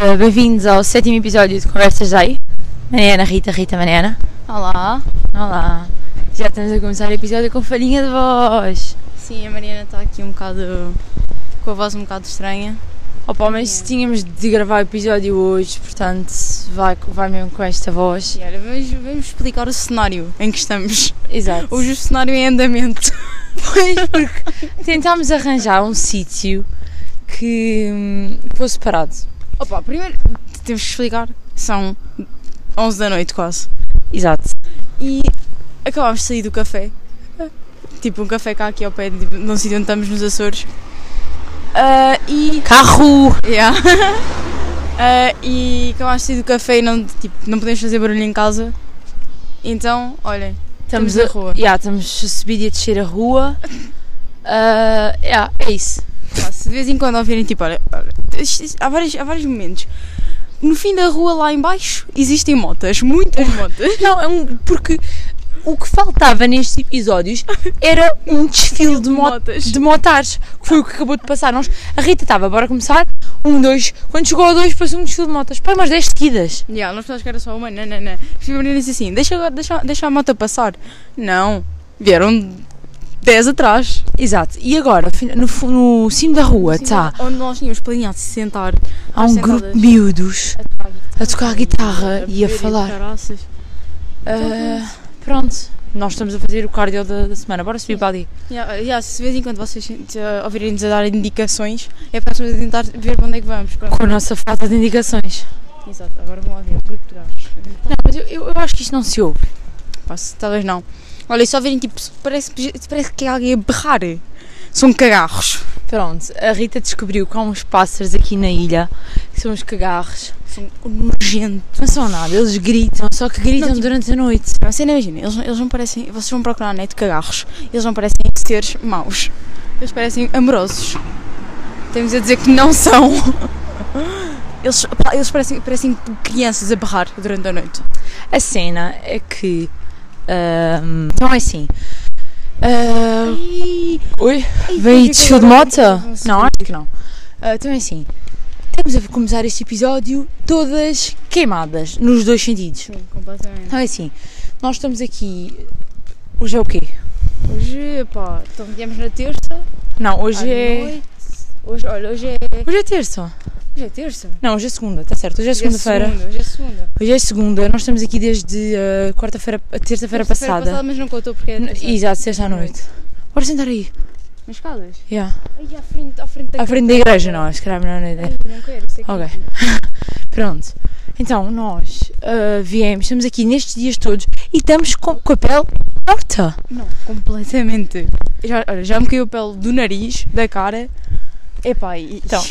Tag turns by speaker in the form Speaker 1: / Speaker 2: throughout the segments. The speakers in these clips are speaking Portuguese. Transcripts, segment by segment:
Speaker 1: Uh, Bem-vindos ao sétimo episódio de Conversas Day. Mariana, Rita, Rita, Mariana.
Speaker 2: Olá.
Speaker 1: Olá. Já estamos a começar o episódio com farinha de voz.
Speaker 2: Sim, a Mariana está aqui um bocado com a voz um bocado estranha.
Speaker 1: Opa, mas tínhamos de gravar o episódio hoje, portanto vai, vai mesmo com esta voz.
Speaker 2: E olha, vamos, vamos explicar o cenário em que estamos.
Speaker 1: Exato.
Speaker 2: Hoje o cenário é em andamento.
Speaker 1: Pois, porque tentámos arranjar um sítio que hum, fosse parado.
Speaker 2: Opa, primeiro temos que explicar. São 11 da noite quase.
Speaker 1: Exato.
Speaker 2: E acabámos de sair do café. Tipo um café cá aqui ao pé, de, num sítio onde estamos nos Açores. Ah, e
Speaker 1: Carro!
Speaker 2: Yeah. Ah, e acabaste de sair do café e não, tipo, não podemos fazer barulho em casa. Então, olhem, estamos na rua.
Speaker 1: Yeah, estamos a subir e a descer a rua. Ah, yeah, é isso.
Speaker 2: Pá, se de vez em quando ouvirem, tipo, olha, olha, isto- isto- há vários, há vários momentos. No fim da rua, lá em baixo, existem motas, muitas motas.
Speaker 1: Não, é um. Porque o que faltava nestes episódios era um desfile de, mo
Speaker 2: motas.
Speaker 1: de motares, que foi o que acabou de passar. Nós, a Rita estava, bora começar. Um, dois. Quando chegou ao dois, passou um desfile de motas. Pai, umas 10 seguidas.
Speaker 2: Yeah, nós pensávamos que era só uma, não, não, não. Os meninos disse assim, deixa, agora- deixa, deixa a mota passar. Não, vieram 10 atrás.
Speaker 1: Exato. E agora, fin- no, fu- no cimo da rua, está.
Speaker 2: Onde nós tínhamos planeado se sentar.
Speaker 1: Há um
Speaker 2: sentadas.
Speaker 1: grupo de miúdos a tocar guitarra e a
Speaker 2: beber
Speaker 1: falar.
Speaker 2: caraças.
Speaker 1: Ah, pronto. Nós estamos a fazer o cardio da, da semana. Bora subir para ali.
Speaker 2: Yeah, yeah, se de vez em quando vocês eh, ouvirem-nos a dar indicações, é para nós tentar ver para onde é que vamos. Pronto.
Speaker 1: Com a nossa falta de indicações.
Speaker 2: Exato, agora vão ouvir um grupo de gajos.
Speaker 1: Não, mas eu, eu- eu acho que isto não se ouve.
Speaker 2: Posso, talvez não. Olha, e só verem, tipo, parece, parece que é alguém a berrar. São cagarros.
Speaker 1: Pronto, a Rita descobriu que há uns pássaros aqui na ilha, que são uns cagarros.
Speaker 2: São nojentos.
Speaker 1: Não são nada, eles gritam, só que gritam
Speaker 2: Não, tipo-
Speaker 1: durante a noite.
Speaker 2: Você não imagina, eles, eles não parecem. Vocês vão procurar na net cagarros. Eles não parecem seres maus. Eles parecem amorosos. Temos a dizer que não são. Eles, pá, eles parecem, parecem crianças a berrar durante a noite.
Speaker 1: A cena é que. ahm, então é assim. ah, Oi? Veio desfile de moto? Não, acho que não. Ah, então é assim. Estamos a começar este episódio todas queimadas, nos dois sentidos.
Speaker 2: Sim, completamente.
Speaker 1: Então é assim, nós estamos aqui. Hoje é o quê?
Speaker 2: Hoje, pá, então viemos na terça.
Speaker 1: Não, hoje é.
Speaker 2: noite. Hoje, olha, hoje é.
Speaker 1: Hoje é terça.
Speaker 2: Hoje é terça.
Speaker 1: Não, hoje é segunda, está certo. Hoje é
Speaker 2: Hoje é
Speaker 1: segunda-feira.
Speaker 2: segunda, Hoje é segunda.
Speaker 1: Hoje é segunda, nós estamos aqui desde a quarta-feira, a terça-feira
Speaker 2: Terça-feira
Speaker 1: passada.
Speaker 2: mas não contou porque é
Speaker 1: N-
Speaker 2: terça.
Speaker 1: Exato, sexta à noite. Bora sentar aí.
Speaker 2: Mas calas.
Speaker 1: Yeah.
Speaker 2: Aí à frente, à frente da
Speaker 1: À frente da igreja, não, se calhar melhor não é
Speaker 2: Ai,
Speaker 1: ideia.
Speaker 2: não quero, isso é que
Speaker 1: Ok.
Speaker 2: é tudo.
Speaker 1: Pronto. Então, nós ah, viemos, estamos aqui nestes dias todos e estamos com, com a pele morta.
Speaker 2: Não, completamente. Já, olha, já me caiu a pele do nariz, da cara. Epá, e,
Speaker 1: Então.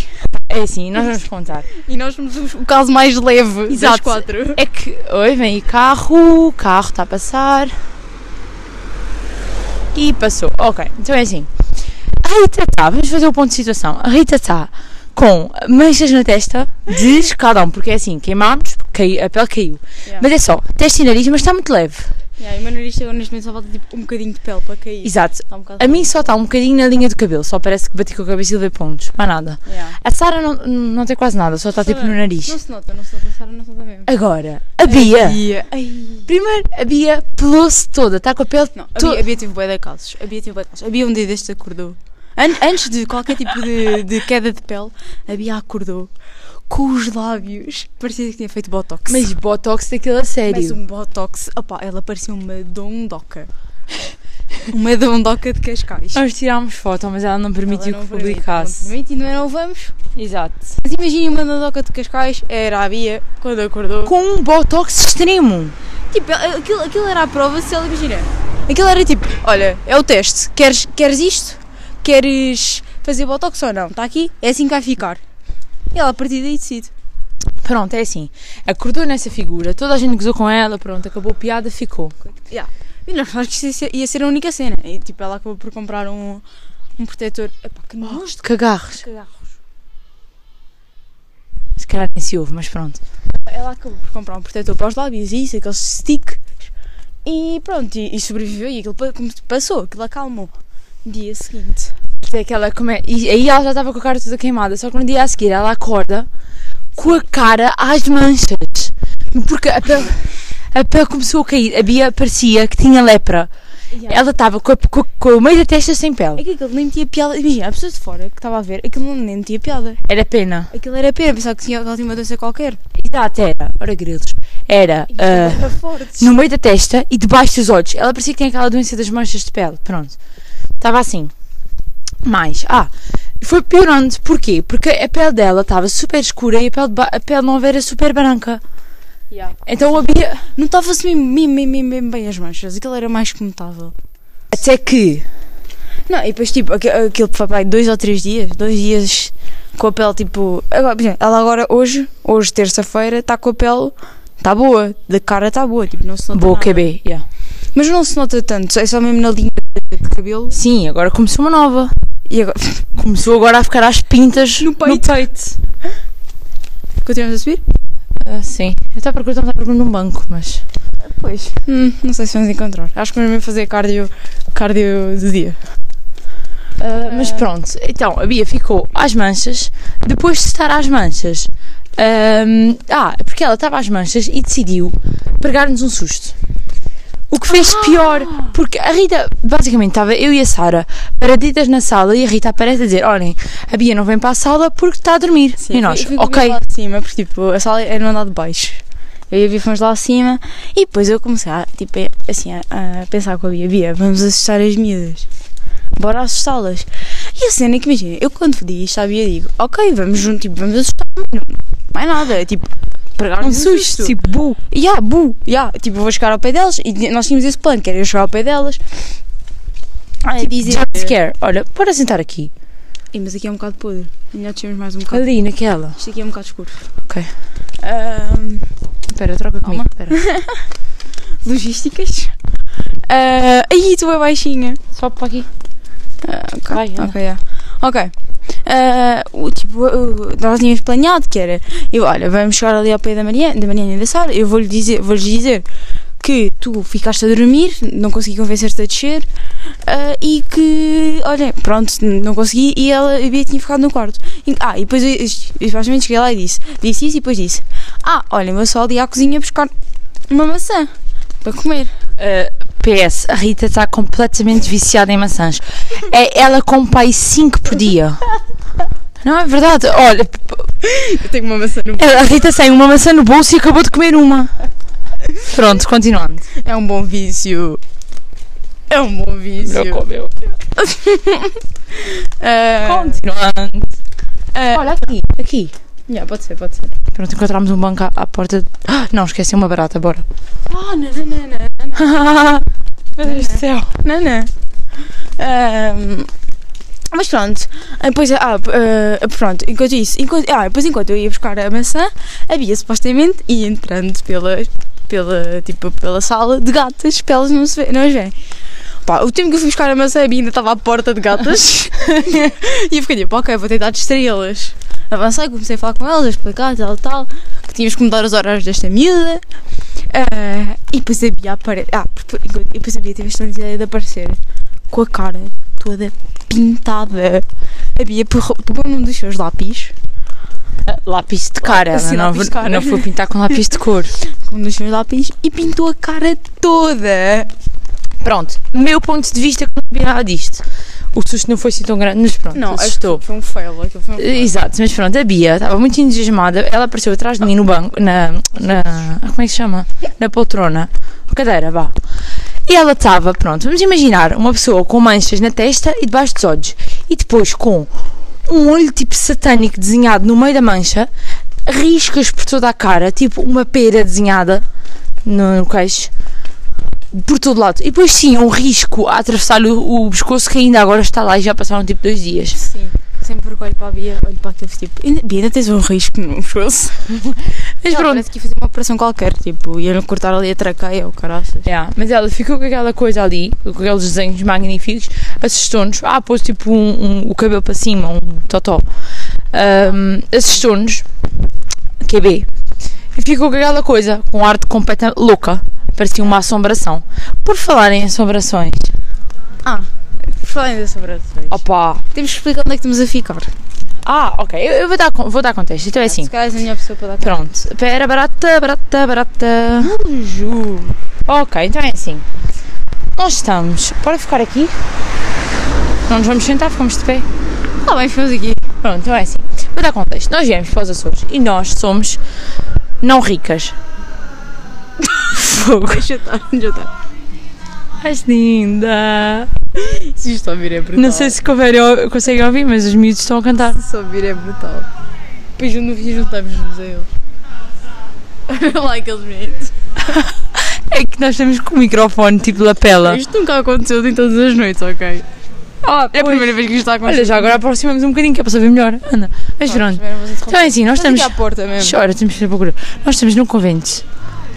Speaker 1: É assim, nós vamos contar.
Speaker 2: e nós somos os- o caso mais leve das
Speaker 1: Exato.
Speaker 2: quatro.
Speaker 1: É que, oi, vem aí carro, o carro está a passar. E passou. Ok, então é assim. A Rita está, vamos fazer o ponto de situação. A Rita está com manchas na testa de escadão, porque é assim, queimámos, caiu, a pele caiu.
Speaker 2: Yeah.
Speaker 1: Mas é só, testa e nariz, mas está muito leve.
Speaker 2: Yeah, e o meu nariz agora neste momento só falta tipo um bocadinho de pele para cair.
Speaker 1: Exato.
Speaker 2: Está um bocado
Speaker 1: A mim só está um bocadinho na linha do cabelo, só parece que bati com a cabeça e levei pontos, mais nada.
Speaker 2: Yeah.
Speaker 1: A Sara não, não tem quase nada, só está tipo no
Speaker 2: Não
Speaker 1: nariz. É.
Speaker 2: se nota, não se nota, Sara, não se nota mesmo.
Speaker 1: Agora, a Bia.
Speaker 2: Bia. Ai.
Speaker 1: Primeiro, a Bia pelou-se toda, está com a pele
Speaker 2: Não, a
Speaker 1: Tu-
Speaker 2: Bia, a Bia teve bué de casos. A Bia teve bué de casos. A Bia um dia deste acordou. An- antes de qualquer tipo de, de queda de pele, a Bia acordou com os lábios. Parecia que tinha feito botox.
Speaker 1: Mas botox daquilo a
Speaker 2: Mas
Speaker 1: sério.
Speaker 2: um botox. Opá, ela parecia uma dondoca. Uma dondoca de Cascais.
Speaker 1: Nós tirámos foto, mas ela não permitiu
Speaker 2: Ela não
Speaker 1: que
Speaker 2: permite, Não
Speaker 1: publicasse.
Speaker 2: permite, não era o vamos.
Speaker 1: Exato.
Speaker 2: Mas imaginem uma dondoca de Cascais, era a Bia quando acordou.
Speaker 1: Com um botox extremo.
Speaker 2: Tipo, ela- aquilo, aquilo era a prova se ela imagina. Aquilo era tipo, olha, é o teste. Queres, queres isto? Queres fazer botox ou não? Está aqui? É assim que vai ficar. E ela a partir daí decide.
Speaker 1: Pronto, é assim. Acordou nessa figura, toda a gente gozou com ela, pronto, acabou a piada, ficou.
Speaker 2: Yeah. E nós acho que isso ia ser- ia ser a única cena. E tipo, ela acabou por comprar um, um protetor. Epá, que nojo
Speaker 1: De cagarros.
Speaker 2: de cagarro.
Speaker 1: Se calhar nem se ouve, mas pronto.
Speaker 2: Ela acabou por comprar um protetor para os lábios e isso, aqueles sticks. E pronto, e, e sobreviveu e aquilo pa- como se passou, aquilo acalmou. Dia seguinte.
Speaker 1: é, Até que ela come... E aí ela já estava com a cara toda queimada, só que no dia a seguir ela acorda com a cara às manchas. Porque a pele, a pele começou a cair. A Bia parecia que tinha lepra.
Speaker 2: Yeah.
Speaker 1: Ela estava com, a- com, com o meio da testa sem
Speaker 2: É
Speaker 1: pele.
Speaker 2: que aquilo nem tinha piada. Imagina, a pessoa de fora que estava a ver, aquilo nem tinha piada.
Speaker 1: Era pena.
Speaker 2: Aquilo era pena, pensava que tinha, que ela tinha uma doença qualquer.
Speaker 1: Exato, era. Ora, grilos. Era. ah,
Speaker 2: Era forte.
Speaker 1: no meio da testa e debaixo dos olhos. Ela parecia que tem aquela doença das manchas de pele. Pronto. Estava assim. Mais. Ah, foi piorando. Porquê? Porque a pele dela estava super escura e a pele, de ba- a pele nova era super branca. Então a Bia.
Speaker 2: Não estava-se mesmo, mesmo, mesmo, mesmo bem as manchas, aquilo era mais que notável.
Speaker 1: Até que.
Speaker 2: Não, e depois, tipo, aqu- aquilo foi pá, dois ou três dias, dois dias com a pele, tipo. Agora, por exemplo, ela agora, hoje, hoje, terça-feira, está com a pele, está boa, da cara está boa, tipo, não se nota.
Speaker 1: Boa,
Speaker 2: nada.
Speaker 1: QB. Yeah.
Speaker 2: Mas não se nota tanto, é só mesmo na linha de- de cabelo.
Speaker 1: Sim, agora começou uma nova.
Speaker 2: E agora.
Speaker 1: Começou agora a ficar às pintas
Speaker 2: No peito. Continuamos a subir?
Speaker 1: Ah, sim. Eu estava procurando, estava procurando um banco, mas.
Speaker 2: Pois. Hum, não sei se vamos encontrar. Acho que vamos mesmo fazer cardio, cardio do dia.
Speaker 1: Ah, mas pronto, então a Bia ficou às manchas depois de estar às manchas. Ahm, ah, porque ela estava às manchas e decidiu pregar-nos um susto. O que fez pior, porque a Rita, basicamente, estava eu e a Sara paraditas na sala e a Rita aparece a dizer: Olhem, a Bia não vem para a sala porque está a dormir. e nós,
Speaker 2: fui, fui comigo
Speaker 1: ok,
Speaker 2: lá de cima, porque tipo, a sala era no andar de baixo. Eu e a Bia fomos lá acima e depois eu comecei a, tipo, assim, a, a pensar com a Bia, Bia, vamos assustar as miúdas. Bora assustá-las. E a cena é que imagina, eu quando digo isto à Bia digo, ok, vamos junto, tipo, vamos assustar, não, não é nada, é tipo, pregar
Speaker 1: um susto. Tipo, bu.
Speaker 2: e yeah, bu, yeah. tipo, eu vou chegar ao pé delas e nós tínhamos esse plano, que era eu chegar ao pé delas. Ah,
Speaker 1: Tipo,
Speaker 2: dizer,
Speaker 1: jump scare. Olha, para sentar aqui.
Speaker 2: Ih, mas aqui é um bocado podre. Melhor descermos mais um bocado.
Speaker 1: Ali, naquela.
Speaker 2: Isto aqui é um bocado escuro.
Speaker 1: Ok.
Speaker 2: Ahm,
Speaker 1: Espera, troca comigo. Espera.
Speaker 2: logísticas. Ah, Ai, tu é baixinha.
Speaker 1: Só para aqui.
Speaker 2: Ah, ok,
Speaker 1: Vai, anda.
Speaker 2: ok, yeah. ok. Ah, o, tipo, o- nós tínhamos planeado que era, eu, olha, vamos chegar ali ao pé da Mariana, da Mariana e da Sara, eu vou-lhe dizer, vou-lhes dizer que tu ficaste a dormir, não consegui convencer-te a descer, ah, e que, olha, pronto, não consegui, e ela a Bia tinha ficado no quarto. E- ah, e depois eu, eu basicamente cheguei lá e disse, disse isso e depois disse, ah, olha, vou só ali à cozinha buscar uma maçã para comer.
Speaker 1: Uh, PS, a Rita está completamente viciada em maçãs. É ela com pai 5 por dia. Não é verdade? Olha, p-
Speaker 2: Eu tenho uma maçã no
Speaker 1: ela- a Rita tem uma maçã no bolso e acabou de comer uma. Pronto, continuando.
Speaker 2: É um bom vício. É um bom vício.
Speaker 1: comeu.
Speaker 2: Ah,
Speaker 1: Continuando.
Speaker 2: ah,
Speaker 1: Olha aqui, aqui.
Speaker 2: yeah, pode ser, pode ser.
Speaker 1: Pronto, encontramos um banco à, à porta. de- Ah, não, esqueci uma barata, bora.
Speaker 2: Ah, nananana. né.
Speaker 1: Meu Deus do céu.
Speaker 2: Nanã. Ahm, né. Ehm, mas pronto. Ah, Depois, ah, p- ah, pronto, enquanto isso, enquanto, ah, depois enquanto eu ia buscar a maçã, a Bia supostamente ia entrando pela, pela, tipo, pela sala de gatas, para elas não, se vê, não as veem. Pá, o tempo que eu fui buscar a maçã, a Bia ainda estava à porta de gatas. e eu fiquei tipo, ok, vou tentar distraí-las. Avancei, comecei a falar com elas, a explicar tal, tal, que tínhamos que mudar os horários desta miúda. Ah, e depois a Bia aparece. Ah, porque- enquanto- e depois a Bia teve esta ideia de aparecer com a cara toda pintada. A Bia pegou pegou num um dos seus lápis,
Speaker 1: Lápis de cara, ela
Speaker 2: Sim,
Speaker 1: não,
Speaker 2: lápis de cara.
Speaker 1: não foi pintar com lápis de cor.
Speaker 2: com um dos seus lápis, e pintou a cara toda.
Speaker 1: Pronto, meu ponto de vista que não sabia nada disto. O susto não foi assim tão grande, mas pronto, assustou.
Speaker 2: Foi um fail. Aquilo foi um
Speaker 1: Exato, mas pronto, a Bia estava muito entusiasmada. Ela apareceu atrás de mim no banco, na, na. ah, Como é que se chama? Na poltrona. Cadeira, vá. E ela estava, pronto, vamos imaginar uma pessoa com manchas na testa e debaixo dos olhos. E depois com um olho tipo satânico desenhado no meio da mancha, riscas por toda a cara, tipo uma pera desenhada no, no queixo. Por todo lado. E depois sim, um risco a atravessar-lhe o, o pescoço que ainda agora está lá e já passaram tipo dois dias.
Speaker 2: Sim. Sempre que olho para a Bia, olho para aquele tipo. "Ainda- Bia, ainda tens um risco no pescoço.
Speaker 1: Mas
Speaker 2: Ela
Speaker 1: pronto,
Speaker 2: Parece que ia fazer uma operação qualquer, tipo, ia cortar ali a traqueia ou caraças.
Speaker 1: Yeah, mas ela ficou com aquela coisa ali, com aqueles desenhos magníficos, assustou-nos. Ah, pôs tipo um, um- o cabelo para cima, um totó. Ahm, assustou-nos, QB. E ficou com aquela coisa, com arte completa louca. Parecia uma assombração. Por falar em assombrações,
Speaker 2: Ah, por falar ainda sobre ações.
Speaker 1: opá,
Speaker 2: Temos que explicar onde é que estamos a ficar.
Speaker 1: Ah, ok. Eu, eu vou, dar, con- vou dar contexto. Então é assim.
Speaker 2: Se calhar és a melhor pessoa para dar
Speaker 1: Pronto. Pera, barata, barata, barata.
Speaker 2: Ju.
Speaker 1: Ok, então é assim. Nós estamos. Bora ficar aqui? Não nos vamos sentar, ficamos de pé.
Speaker 2: Tá bem, ficamos aqui.
Speaker 1: Pronto, então é assim. Vou dar contexto. Nós viemos para os Açores e nós somos não ricas. Fogo.
Speaker 2: Deixa eu estar, deixa eu estar.
Speaker 1: Mais linda.
Speaker 2: Se isto ouvir é brutal.
Speaker 1: Não sei se couberem- conseguem ouvir, mas os miúdos estão a cantar.
Speaker 2: se ouvir é brutal. Depois no fim juntamos-nos a eles. Olha lá aqueles meninos.
Speaker 1: É que nós temos com o microfone tipo lapela.
Speaker 2: Isto nunca aconteceu em todas as noites, ok?
Speaker 1: Ah,
Speaker 2: É a primeira vez que isto está a acontecer.
Speaker 1: Olha, já agora aproximamos um bocadinho que é para saber melhor. Anda. Mas pronto. Então é assim, nós estamos.
Speaker 2: à porta mesmo.
Speaker 1: Chora, temos que ir à procura. Nós estamos num convento.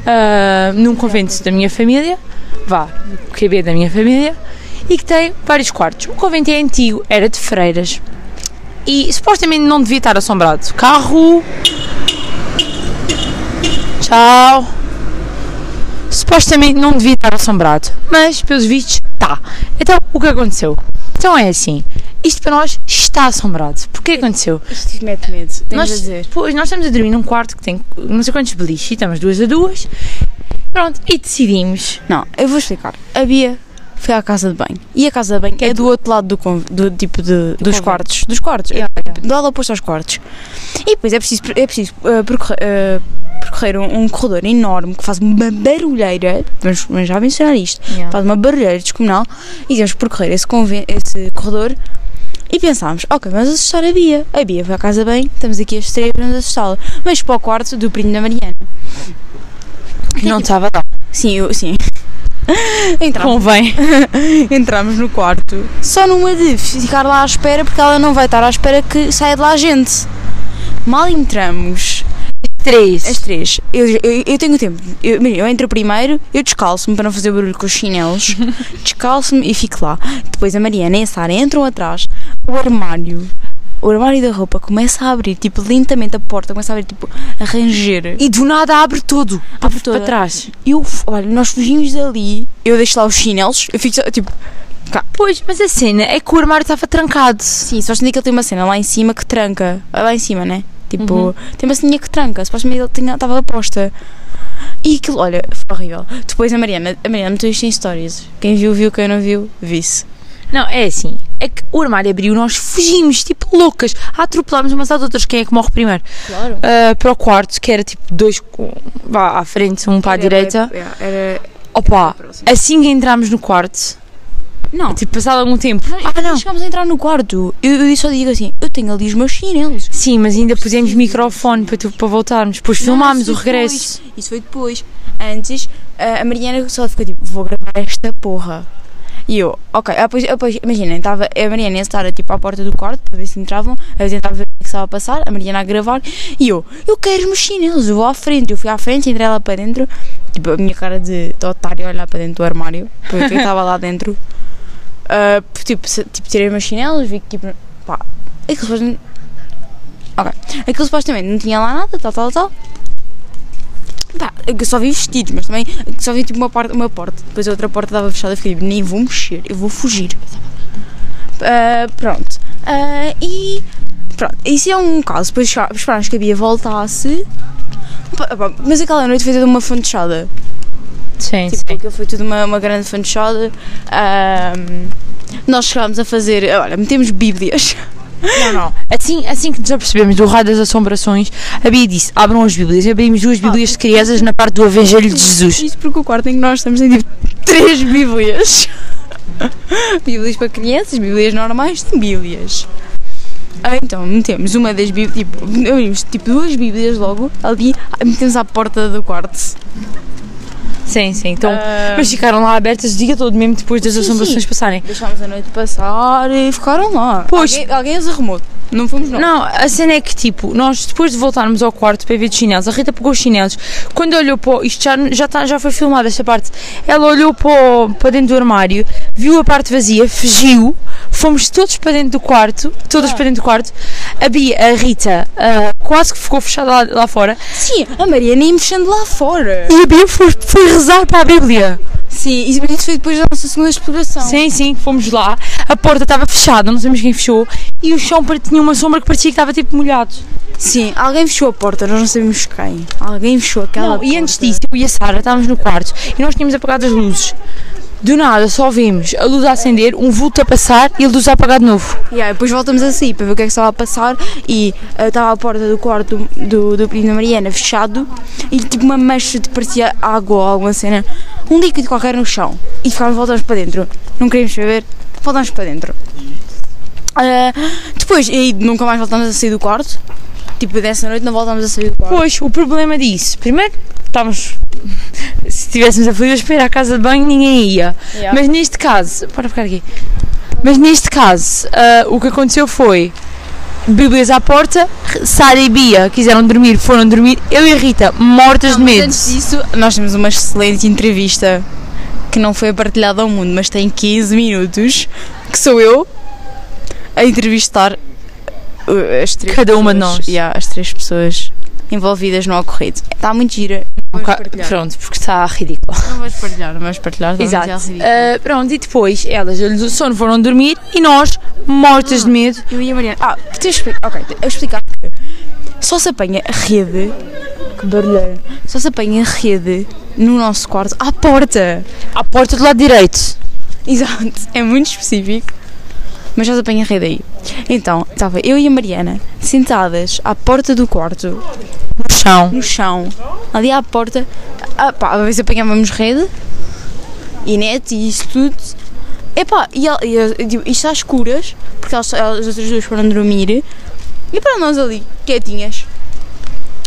Speaker 1: Ah, num convento da minha família, vá, QB da minha família, e que tem vários quartos. O convento é antigo, era de freiras. E supostamente não devia estar assombrado. Carro. Tchau. Supostamente não devia estar assombrado. Mas, pelos vistos, está. Então, o que aconteceu? Então é assim. Isto para nós está assombrado. Porquê aconteceu?
Speaker 2: Isto mete medo, tens
Speaker 1: nós,
Speaker 2: a dizer.
Speaker 1: Pois, nós estamos a dormir num quarto que tem não sei quantos beliches, e estamos duas a duas. Pronto, e decidimos.
Speaker 2: Não, eu vou explicar. A Bia foi à casa de banho. E a casa de banho é do outro lado do, con- do tipo de, dos
Speaker 1: convento.
Speaker 2: quartos. Dos quartos. Do lado oposto aos quartos. E depois é preciso, é preciso eh, percorrer, eh, percorrer um, um corredor enorme que faz uma barulheira. Vamos, vamos já mencionar isto. Faz uma barulheira descomunal. E temos que percorrer esse, conven- esse corredor. E pensámos, ok, vamos assustar a Bia. A Bia foi à casa de banho, estamos aqui as três, vamos assustá-la. Mas para o quarto do primo da Mariana.
Speaker 1: Não estava lá.
Speaker 2: Sim, eu, sim. Entramos,
Speaker 1: Convém.
Speaker 2: entramos no quarto. Só numa de ficar lá à espera, porque ela não vai estar à espera que saia de lá a gente. Mal entramos, as
Speaker 1: Três.
Speaker 2: três, eu, eu, eu tenho tempo. Eu, imagina, eu entro primeiro, eu descalço-me para não fazer barulho com os chinelos. descalço-me e fico lá. Depois a Mariana e a Sara entram atrás. O armário, o armário da roupa começa a abrir, tipo, lentamente a porta começa a abrir, tipo, a ranger.
Speaker 1: E do nada abre tudo.
Speaker 2: Abre toda.
Speaker 1: Para trás.
Speaker 2: Eu, olha, nós fugimos dali, eu deixo lá os chinelos, eu fico só, tipo.
Speaker 1: Pois, mas a cena é que o armário estava trancado.
Speaker 2: Sim, só que ele tem uma cena lá em cima que tranca. Lá em cima, né? Tipo,
Speaker 1: Uhum.
Speaker 2: tem uma ceninha que tranca, supostamente ele tinha- estava posta. E aquilo, olha, foi horrível. Depois a Mariana, a Mariana meteu isto em stories. Quem viu, viu, quem não viu, visse.
Speaker 1: Não, é assim. É que o armário abriu, nós fugimos, tipo loucas. Atropelámos umas às outras. Quem é que morre primeiro?
Speaker 2: Claro.
Speaker 1: Ah, para o quarto, que era tipo dois. com- Vá à frente, um para a direita.
Speaker 2: Era.
Speaker 1: Opa, assim que entramos no quarto,
Speaker 2: Ah. Não.
Speaker 1: tipo, passado algum tempo. Ah, não.
Speaker 2: Chegámos a entrar no quarto. Eu, eu só digo assim: eu tenho ali os meus chinelos.
Speaker 1: Sim, mas ainda pusemos microfone para, tu- para voltarmos. Depois
Speaker 2: Não,
Speaker 1: filmámos
Speaker 2: isso
Speaker 1: o
Speaker 2: foi
Speaker 1: regresso.
Speaker 2: Isso foi depois. Antes, eh, a a Mariana só ficou tipo, vou gravar esta porra. E eu, ok, ah, pois, ah, pois, imaginem, estava a Mariana e a Sara tipo à porta do quarto para ver se entravam, eu tentava ver o que estava a passar, a Mariana a gravar, e eu, eu quero os meus chinelos, eu vou à frente, eu fui à frente, entrei lá para dentro, tipo a minha cara de, de otário a olhar para dentro do armário, porque eu é estava lá dentro, Ah, tipo, se- tipo, tirei os meus chinelos, vi que tipo, pá, aquilo supostamente, ok, aquilo supostamente não tinha lá nada, tal, tal, tal, Pá, eu só vi vestidos, mas também só vi tipo uma, parte, uma porta. Depois a outra porta estava fechada. Eu fiquei tipo, nem vou mexer, eu vou fugir. Ah, pronto. Ah, e. Pronto, isso é um caso. Depois chá- esperámos que a Bia voltasse. Pá, pá, Mas aquela noite foi toda uma fantochada.
Speaker 1: Sim,
Speaker 2: Tipo, aquilo foi tudo uma, uma grande fantochada. Ah, nós chegámos a fazer. Olha, metemos bíblias.
Speaker 1: Não, não. Assim, assim que nos apercebemos do raio das assombrações, a Bia disse: abram as Bíblias. E abrimos duas Bíblias de crianças na parte do Evangelho de Jesus.
Speaker 2: Isto porque o quarto em que nós estamos tem tipo três bíblias. bíblias para crianças, bíblias normais, tem bíblias. Ah, Então, metemos uma das bíblias, tipo, abrimos tipo duas bíblias logo ali, ah, metemos à porta do quarto.
Speaker 1: Sim, sim. Então,
Speaker 2: Ah,
Speaker 1: mas ficaram lá abertas o dia todo, mesmo depois das
Speaker 2: Sim,
Speaker 1: assombrações passarem.
Speaker 2: deixámos a noite passar e ficaram lá.
Speaker 1: Pois.
Speaker 2: Alguém, alguém as arrumou. Não fomos nós.
Speaker 1: Não, a cena é que, tipo, nós depois de voltarmos ao quarto para ver os chinelos, a Rita pegou os chinelos. Quando olhou para. o- Isto já, já, tá- já foi filmado esta parte. Ela olhou para, o- para dentro do armário, viu a parte vazia, fugiu. Fomos todos para dentro do quarto. Todos para dentro do quarto. A Bia, a Rita, ah, quase que ficou fechada lá, lá fora.
Speaker 2: Sim, a Maria nem mexendo lá fora.
Speaker 1: E a Bia foi, foi rezar para a Bíblia.
Speaker 2: Sim, isso mas isso foi depois da nossa segunda exploração.
Speaker 1: Sim, sim, fomos lá. A porta estava fechada, não sabemos quem fechou. E o chão parecia tinha uma sombra que parecia que estava tipo molhado.
Speaker 2: Sim, alguém fechou a porta, nós não sabemos quem. Alguém fechou aquela
Speaker 1: Não,
Speaker 2: porta.
Speaker 1: e antes disso, eu e a Sara estávamos no quarto e nós tínhamos apagado as luzes. Do nada só vimos a luz a acender, um vulto a passar e a luz a apagar de novo.
Speaker 2: E aí, depois voltamos a sair para ver o que é que estava a passar e eh, estava a porta do quarto do, do primo da Mariana fechado e tipo uma mancha de parecia água ou alguma cena, um líquido qualquer no chão e ficámos voltamos para dentro. Não queríamos saber, voltámos para dentro. Ah, depois, e aí nunca mais voltámos a sair do quarto, tipo dessa noite não voltámos a sair do quarto.
Speaker 1: Pois, o problema disso, primeiro, estávamos. Se estivéssemos aflitos para ir à casa de banho, ninguém ia.
Speaker 2: Yeah.
Speaker 1: Mas neste caso, para ficar aqui. Mas neste caso, ah, o que aconteceu foi Bíblias à porta, Sara e Bia quiseram dormir, foram dormir, eu e a Rita, mortas de
Speaker 2: Mas
Speaker 1: medo.
Speaker 2: Antes disso, nós temos uma excelente entrevista que não foi partilhada ao mundo, mas tem 15 minutos, que sou eu a entrevistar uh, as três
Speaker 1: Cada uma de
Speaker 2: pessoas.
Speaker 1: nós.
Speaker 2: Yeah, as três pessoas envolvidas no ocorrido. Está muito gira.
Speaker 1: Um ca- Pronto, porque está ridículo.
Speaker 2: Não vais partilhar, não vais partilhar. tá não
Speaker 1: Exato.
Speaker 2: vais partilhar.
Speaker 1: Ah, pronto, e depois elas deu-lhes o sono, foram dormir e nós, mortas de medo,
Speaker 2: Eu e a Mariana. Ah, tens de explicar. Ok, eu explicar. Só se apanha a rede. Que barulheiro. Só se apanha a rede no nosso quarto à porta.
Speaker 1: à porta do lado direito.
Speaker 2: Exato, é muito específico. Mas já se apanha a rede aí. Então, estava eu e a Mariana sentadas à porta do quarto,
Speaker 1: No chão.
Speaker 2: no chão, ali à porta, ah, pá, a ver se apanhávamos rede, e net e isso tudo. Epá, e, ela- e, eu- eu digo, isto às escuras, porque elas, elas, as outras duas foram dormir, e para nós ali, quietinhas.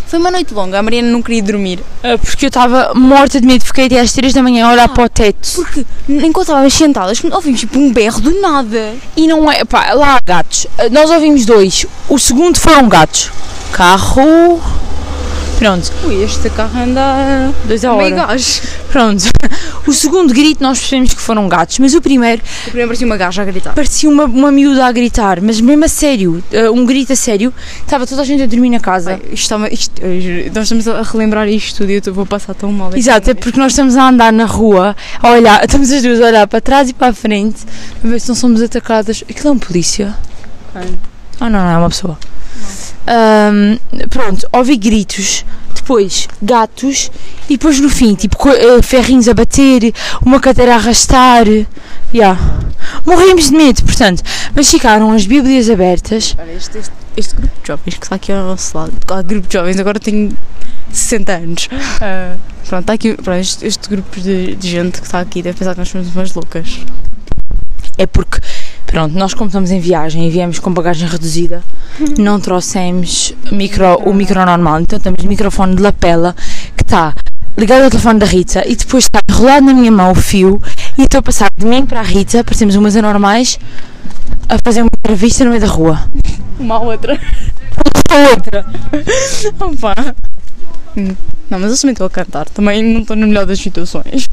Speaker 2: Foi uma noite longa, a Mariana não queria dormir.
Speaker 1: Ah, Porque eu estava morta de medo, fiquei até às 3 da manhã a olhar para o teto.
Speaker 2: Porque enquanto estávamos sentadas, ouvimos tipo um berro do nada.
Speaker 1: E não é, pá, lá há gatos. Ah, Nós ouvimos dois, o segundo foram gatos. Carro. Pronto,
Speaker 2: Ui, este carro anda.
Speaker 1: dois à
Speaker 2: Oh
Speaker 1: hora. Pronto. O segundo grito nós percebemos que foram gatos, mas o primeiro
Speaker 2: O primeiro parecia uma gaja a gritar.
Speaker 1: parecia uma, uma miúda a gritar, mas mesmo a sério, ah, um grito a sério. Estava toda a gente a dormir na casa.
Speaker 2: Isto está-me- isto- eu juro, nós estamos a relembrar isto tudo e eu estou- vou passar tão mal.
Speaker 1: Exato, é porque nós estamos a andar na rua, a olhar, estamos as duas a olhar para trás e para a frente, para ver se não somos atacadas. Aquilo é um polícia?
Speaker 2: Quem?
Speaker 1: Ah, não, não, é uma pessoa. Ahm, pronto, ouvi gritos, depois gatos e depois no fim, tipo, co- eh, ferrinhos a bater, uma cadeira a arrastar. Yeah. Morremos de medo, portanto, mas ficaram as Bíblias abertas.
Speaker 2: Olha, este, este- este grupo de jovens que está aqui ao nosso lado. Ah, grupo de jovens, agora tenho 60 anos. Ah, pronto, está aqui. Pronto, este, este grupo de, de gente que está aqui deve pensar que nós somos umas loucas.
Speaker 1: É porque, pronto, nós como estamos em viagem e viemos com bagagem reduzida, não trouxemos micro, o micro normal, então temos microfone de lapela que está ligado ao telefone da Rita e depois está enrolado na minha mão o fio e estou a passar de mim para a Rita, parecemos umas anormais, a fazer uma entrevista no meio da rua.
Speaker 2: Uma outra.
Speaker 1: A outra.
Speaker 2: Opa. Hum. Não, mas eu também estou a cantar. Também não estou na melhor das situações.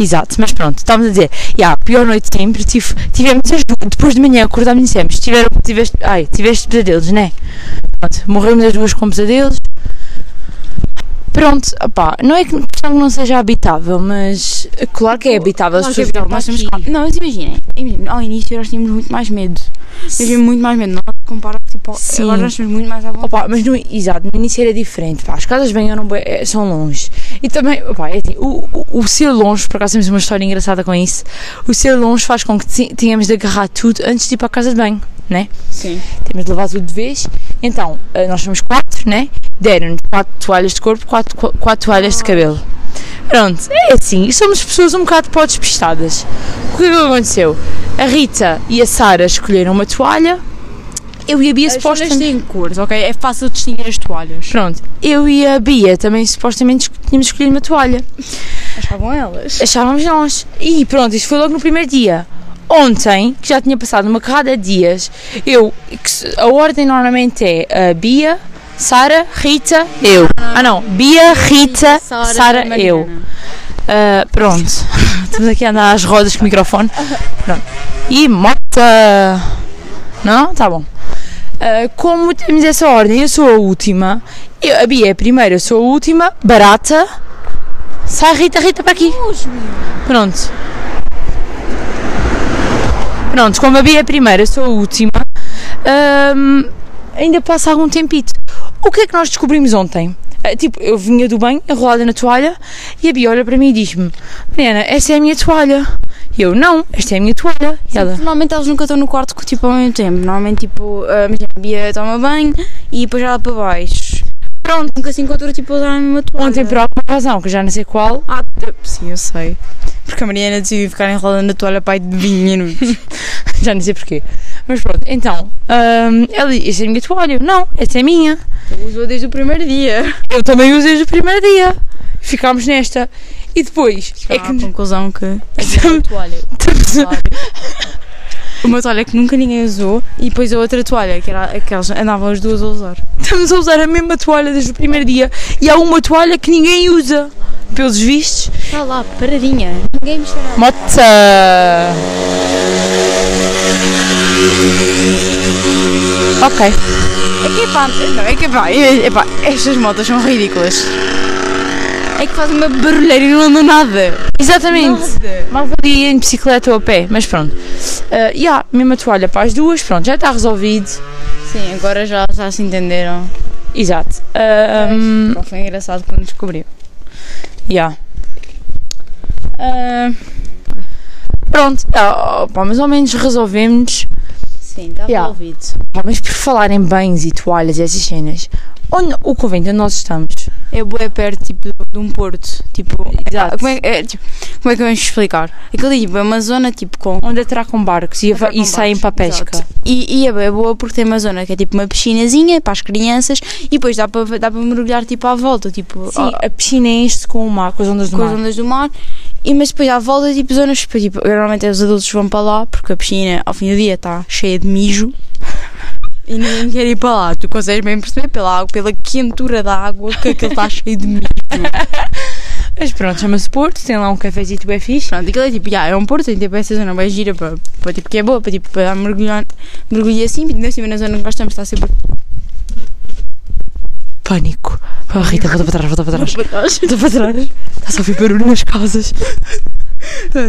Speaker 1: Exato, mas pronto, estávamos a dizer, yeah, pior noite de sempre, tive, tivemos as duas, depois de manhã acordámos e dissemos, tiveram, tiveste, ai, tiveste pesadelos, né? Pronto, morremos as duas com pesadelos. Pronto, opá, não é que a questão que não seja habitável, mas claro que é habitável, as
Speaker 2: Nós
Speaker 1: pessoas
Speaker 2: temos- nós
Speaker 1: vivem
Speaker 2: temos-
Speaker 1: aqui.
Speaker 2: Não, mas imaginem, imaginem, ao início nós tínhamos muito mais medo. Imagina muito mais medo. Nós compara tipo, ao-
Speaker 1: Sim.
Speaker 2: agora nós estamos muito mais à vontade.
Speaker 1: Opá, mas no, exato, no início era diferente, pá, as casas bem eram bué- eh, são longe. E também, opá, é assim, o, o, o ser longe, por acaso temos uma história engraçada com isso, o ser longe faz com que ti- tenhamos de agarrar tudo antes de ir para a casa de banho, né?
Speaker 2: Sim.
Speaker 1: temos de lavar tudo de vez. Então, eh, nós somos quatro, né? Deram-nos quatro toalhas de corpo, quatro, qu- quatro toalhas de cabelo. Pronto, é assim, somos pessoas um bocado pó despistadas. O que é que aconteceu? A Rita e a Sara escolheram uma toalha, eu e a Bia
Speaker 2: As toalhas
Speaker 1: supostamente.
Speaker 2: têm cores, ok? É fácil distinguir as toalhas.
Speaker 1: Pronto, eu e a Bia também supostamente esco- tínhamos escolhido uma toalha.
Speaker 2: Achavam elas.
Speaker 1: Achávamos nós. E pronto, isto foi logo no primeiro dia. Ontem, que já tinha passado uma carrada de dias, eu. que se- A ordem normalmente é a Bia, Sara, Rita, eu. Ah não, Bia, Rita, Sara, eu. Ah, pronto. Estamos aqui a andar às rodas com o microfone. Pronto. E mota! Não? Tá bom. Ah, como temos essa ordem, eu sou a última. Eu, a Bia é a primeira, eu sou a última. Barata. Sai Rita, Rita para aqui. Pronto. Pronto, como a Bia é a primeira, eu sou a última. Ahm, ainda passa algum tempito. O que é que nós descobrimos ontem? Ah, tipo, eu vinha do banho, enrolada na toalha, e a Bia olha para mim e diz-me: Mariana, esta é a minha toalha. E eu: Não, esta é a minha toalha. E ela:
Speaker 2: Normalmente elas nunca estão no quarto tipo, ao mesmo tempo. Normalmente, tipo, ah, imagina, a Bia toma banho e depois ela para baixo. Pronto. Nunca se encontrou tipo, a usar a mesma toalha.
Speaker 1: Ontem, por alguma razão, que eu já não sei qual,
Speaker 2: Ah, sim, eu sei. Porque a Mariana decidiu ficar enrolando a toalha pai de 20 minutos.
Speaker 1: já não sei porquê. Mas pronto, então, ahm, ela diz: Esta é a minha toalha. Eu, Não, esta é a minha.
Speaker 2: Usou desde o primeiro dia.
Speaker 1: Eu também uso desde o primeiro dia. Ficámos nesta. E depois é
Speaker 2: É
Speaker 1: que
Speaker 2: a conclusão que.
Speaker 3: toalha.
Speaker 2: Uma toalha que nunca ninguém usou e depois a outra toalha, que era a que elas andavam as duas a usar.
Speaker 1: estamos a usar a mesma toalha desde o primeiro dia e há uma toalha que ninguém usa. Pelos vistos.
Speaker 2: Tá
Speaker 3: Está lá, paradinha. Ninguém mexeu nada.
Speaker 1: Mota! Ok.
Speaker 2: É que pá, não, é que pá, é, é pá, estas motas são ridículas. É que fazem uma barulheira e não andam nada.
Speaker 1: Exatamente.
Speaker 2: Nada.
Speaker 1: Mal valia ir em bicicleta ou a pé, mas pronto. Ah, E há a mesma toalha para as duas, pronto, já está resolvido.
Speaker 2: Sim, agora já, já se entenderam.
Speaker 1: Exato. Ah, hum,
Speaker 2: Pá, foi engraçado quando descobriu.
Speaker 1: yeah.
Speaker 2: Ah,
Speaker 1: Pronto, ah, pá, mas ao menos resolvemos
Speaker 2: sim, tá está
Speaker 1: Yeah.
Speaker 2: envolvido.
Speaker 1: Pá, mas por falar em bens e toalhas e essas cenas, onde o convento onde nós estamos?
Speaker 2: É bué perto, tipo, de um porto. Tipo,
Speaker 1: Exato.
Speaker 2: Como é, é, tipo, como é que eu vamos explicar? Aquilo tipo, é uma zona, tipo, com...
Speaker 1: Onde atracam barcos e,
Speaker 2: Atracam
Speaker 1: e saem para a
Speaker 2: barcos,
Speaker 1: pesca.
Speaker 2: exato. E, e é bué boa porque tem uma zona que é, tipo, uma piscinazinha para as crianças e depois dá para dá para mergulhar, tipo, à volta, tipo...
Speaker 1: Sim,
Speaker 2: a-
Speaker 1: a piscina enche-se com o mar, Ah. com as ondas do
Speaker 2: com as
Speaker 1: mar.
Speaker 2: ondas do mar. E, mas depois à volta, tipo, zonas... para, Tipo, normalmente os adultos vão para lá porque a piscina, ao fim do dia, está cheia de mijo. E ninguém quer ir para lá. Tu consegues bem perceber pela água, pela quentura da água que aquilo está cheio de mijo.
Speaker 1: Mas pronto, chama-se Porto, tem lá um cafezinho bem fixe.
Speaker 2: Pronto, aquilo é tipo, já, é um porto, tem tipo essa zona bem gira para, para tipo que é boa, para tipo para mergulhar, mergulhar assim, e ainda assim na zona que nós estamos está sempre
Speaker 1: Pânico. Oh, Rita, volta para trás, volta para trás.
Speaker 2: para trás.
Speaker 1: Volta para trás. Está-se a ouvir barulho nas casas.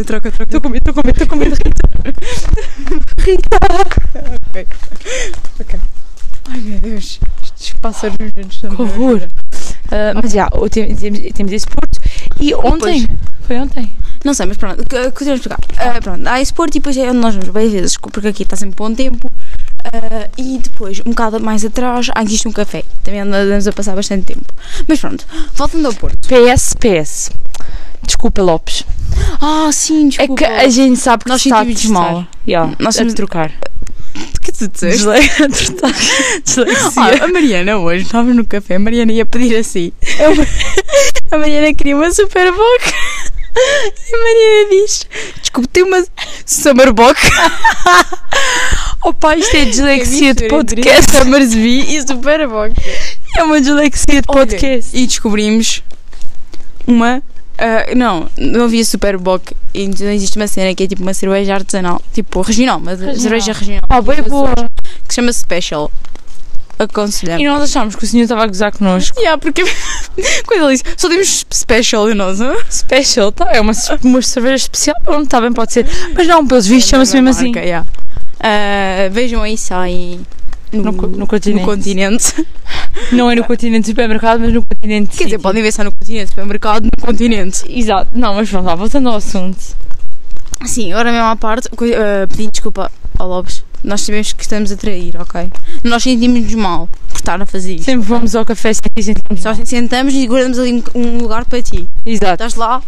Speaker 2: troca, troca.
Speaker 1: Estou com medo, estou com medo, estou com medo, Rita.
Speaker 2: Ai meu Deus, estes pássaros nos estão
Speaker 1: Que horror. Ah, mas já, o tem- temos, temos esse Porto. E ontem, foi ontem.
Speaker 2: Não sei, mas pronto, que- que eu tenho a explicar. Ah, pronto, há esse porto e depois é onde nós vamos várias vezes, porque aqui está sempre bom tempo. Ah, e depois, um bocado mais atrás, há existe um café, também onde andamos a passar bastante tempo. Mas pronto, voltando ao porto.
Speaker 1: PS, PS. Desculpa, Lopes.
Speaker 2: Ah, sim, desculpa.
Speaker 1: É que a gente sabe que
Speaker 2: Nós
Speaker 1: se está a
Speaker 2: sentimos
Speaker 1: testar.
Speaker 2: mal.
Speaker 1: Yeah,
Speaker 2: Nós
Speaker 1: a
Speaker 2: somos-
Speaker 1: trocar.
Speaker 2: que tu disseste?
Speaker 1: Desle- trotar. Dislexia.
Speaker 2: Ah, a Mariana hoje estava no café, a Mariana ia pedir assim. A Mariana queria uma super boca. E a Mariana diz: Desculpe, tem uma summer boca.
Speaker 1: Opa, isto é dislexia de podcast.
Speaker 2: Summersby e super boca.
Speaker 1: É uma dislexia de
Speaker 2: Olha,
Speaker 1: podcast.
Speaker 2: E descobrimos uma. ah, não, não havia super bock. Então existe uma cena que é tipo uma cerveja artesanal, tipo regional, uma
Speaker 1: Regional.
Speaker 2: cerveja regional,
Speaker 1: Ah, bem boa.
Speaker 2: que se chama Special. Aconselhamos.
Speaker 1: E nós achámos que o senhor estava a gozar connosco.
Speaker 2: Yeah, porque quando ele disse, só temos special e nós. é? hã?
Speaker 1: Special, tá? É uma, uma cerveja especial. Pronto, está bem, pode ser. Mas não, pelos vistos, chama-se mesmo assim.
Speaker 2: Marca, yeah. Ah, vejam isso aí no,
Speaker 1: No co- no continente.
Speaker 2: no continente.
Speaker 1: Não é no continente supermercado, mas no continente.
Speaker 2: Quer dizer,
Speaker 1: sítio.
Speaker 2: podem ver só no continente, supermercado, no continente.
Speaker 1: Exato. Não, mas pronto, lá, voltando ao assunto.
Speaker 2: Sim, agora mesmo à parte, coi- ah, pedindo desculpa ao Lobos. Nós sabemos que estamos a trair, ok? Nós sentimos-nos mal por estar a fazer isto.
Speaker 1: Sempre vamos ao café e sentimos.
Speaker 2: Só sentamos e guardamos ali um- um lugar para ti.
Speaker 1: Exato.
Speaker 2: Estás lá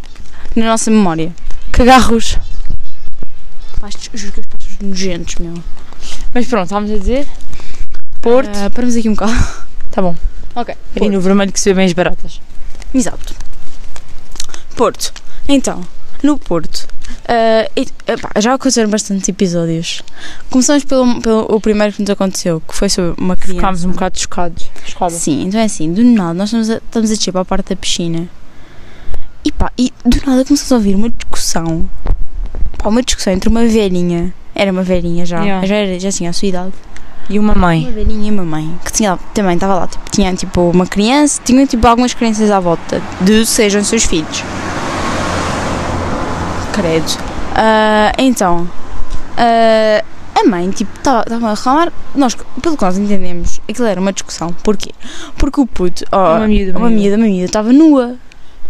Speaker 2: na nossa memória.
Speaker 1: Cagarros.
Speaker 2: Pás, juro que os passos nojentos, meu.
Speaker 1: Mas pronto, estávamos a dizer. Porto.
Speaker 2: Ah, paramos aqui um bocado.
Speaker 1: Tá bom.
Speaker 2: Ok.
Speaker 1: E no vermelho que se vê bem as baratas.
Speaker 2: Exato. Porto. Então, no Porto. ah, e- epá, já aconteceram bastantes episódios. Começamos pelo, pelo o primeiro que nos aconteceu, que foi sobre uma criança.
Speaker 1: Ficámos um bocado chocados. Chocada.
Speaker 2: Sim, então é assim, do nada, nós estamos a, estamos a descer para a parte da piscina. E pá, e do nada começamos a ouvir uma discussão. Pá, uma discussão entre uma velhinha. Era uma velhinha já.
Speaker 1: Yeah.
Speaker 2: Já, era, já tinha a sua idade.
Speaker 1: E uma mãe.
Speaker 2: Uma velhinha e uma mãe. Que tinha, também estava lá. Tipo, tinha tipo uma criança. Tinha tipo algumas crianças à volta. De sejam seus filhos. Credo. Ah, então. ah, a mãe, tipo, estava a reclamar. Nós, pelo que nós entendemos, aquilo era uma discussão. Porquê? Porque o puto, oh,
Speaker 1: Uma miúda, uma
Speaker 2: uma miúda, uma miúda, estava nua.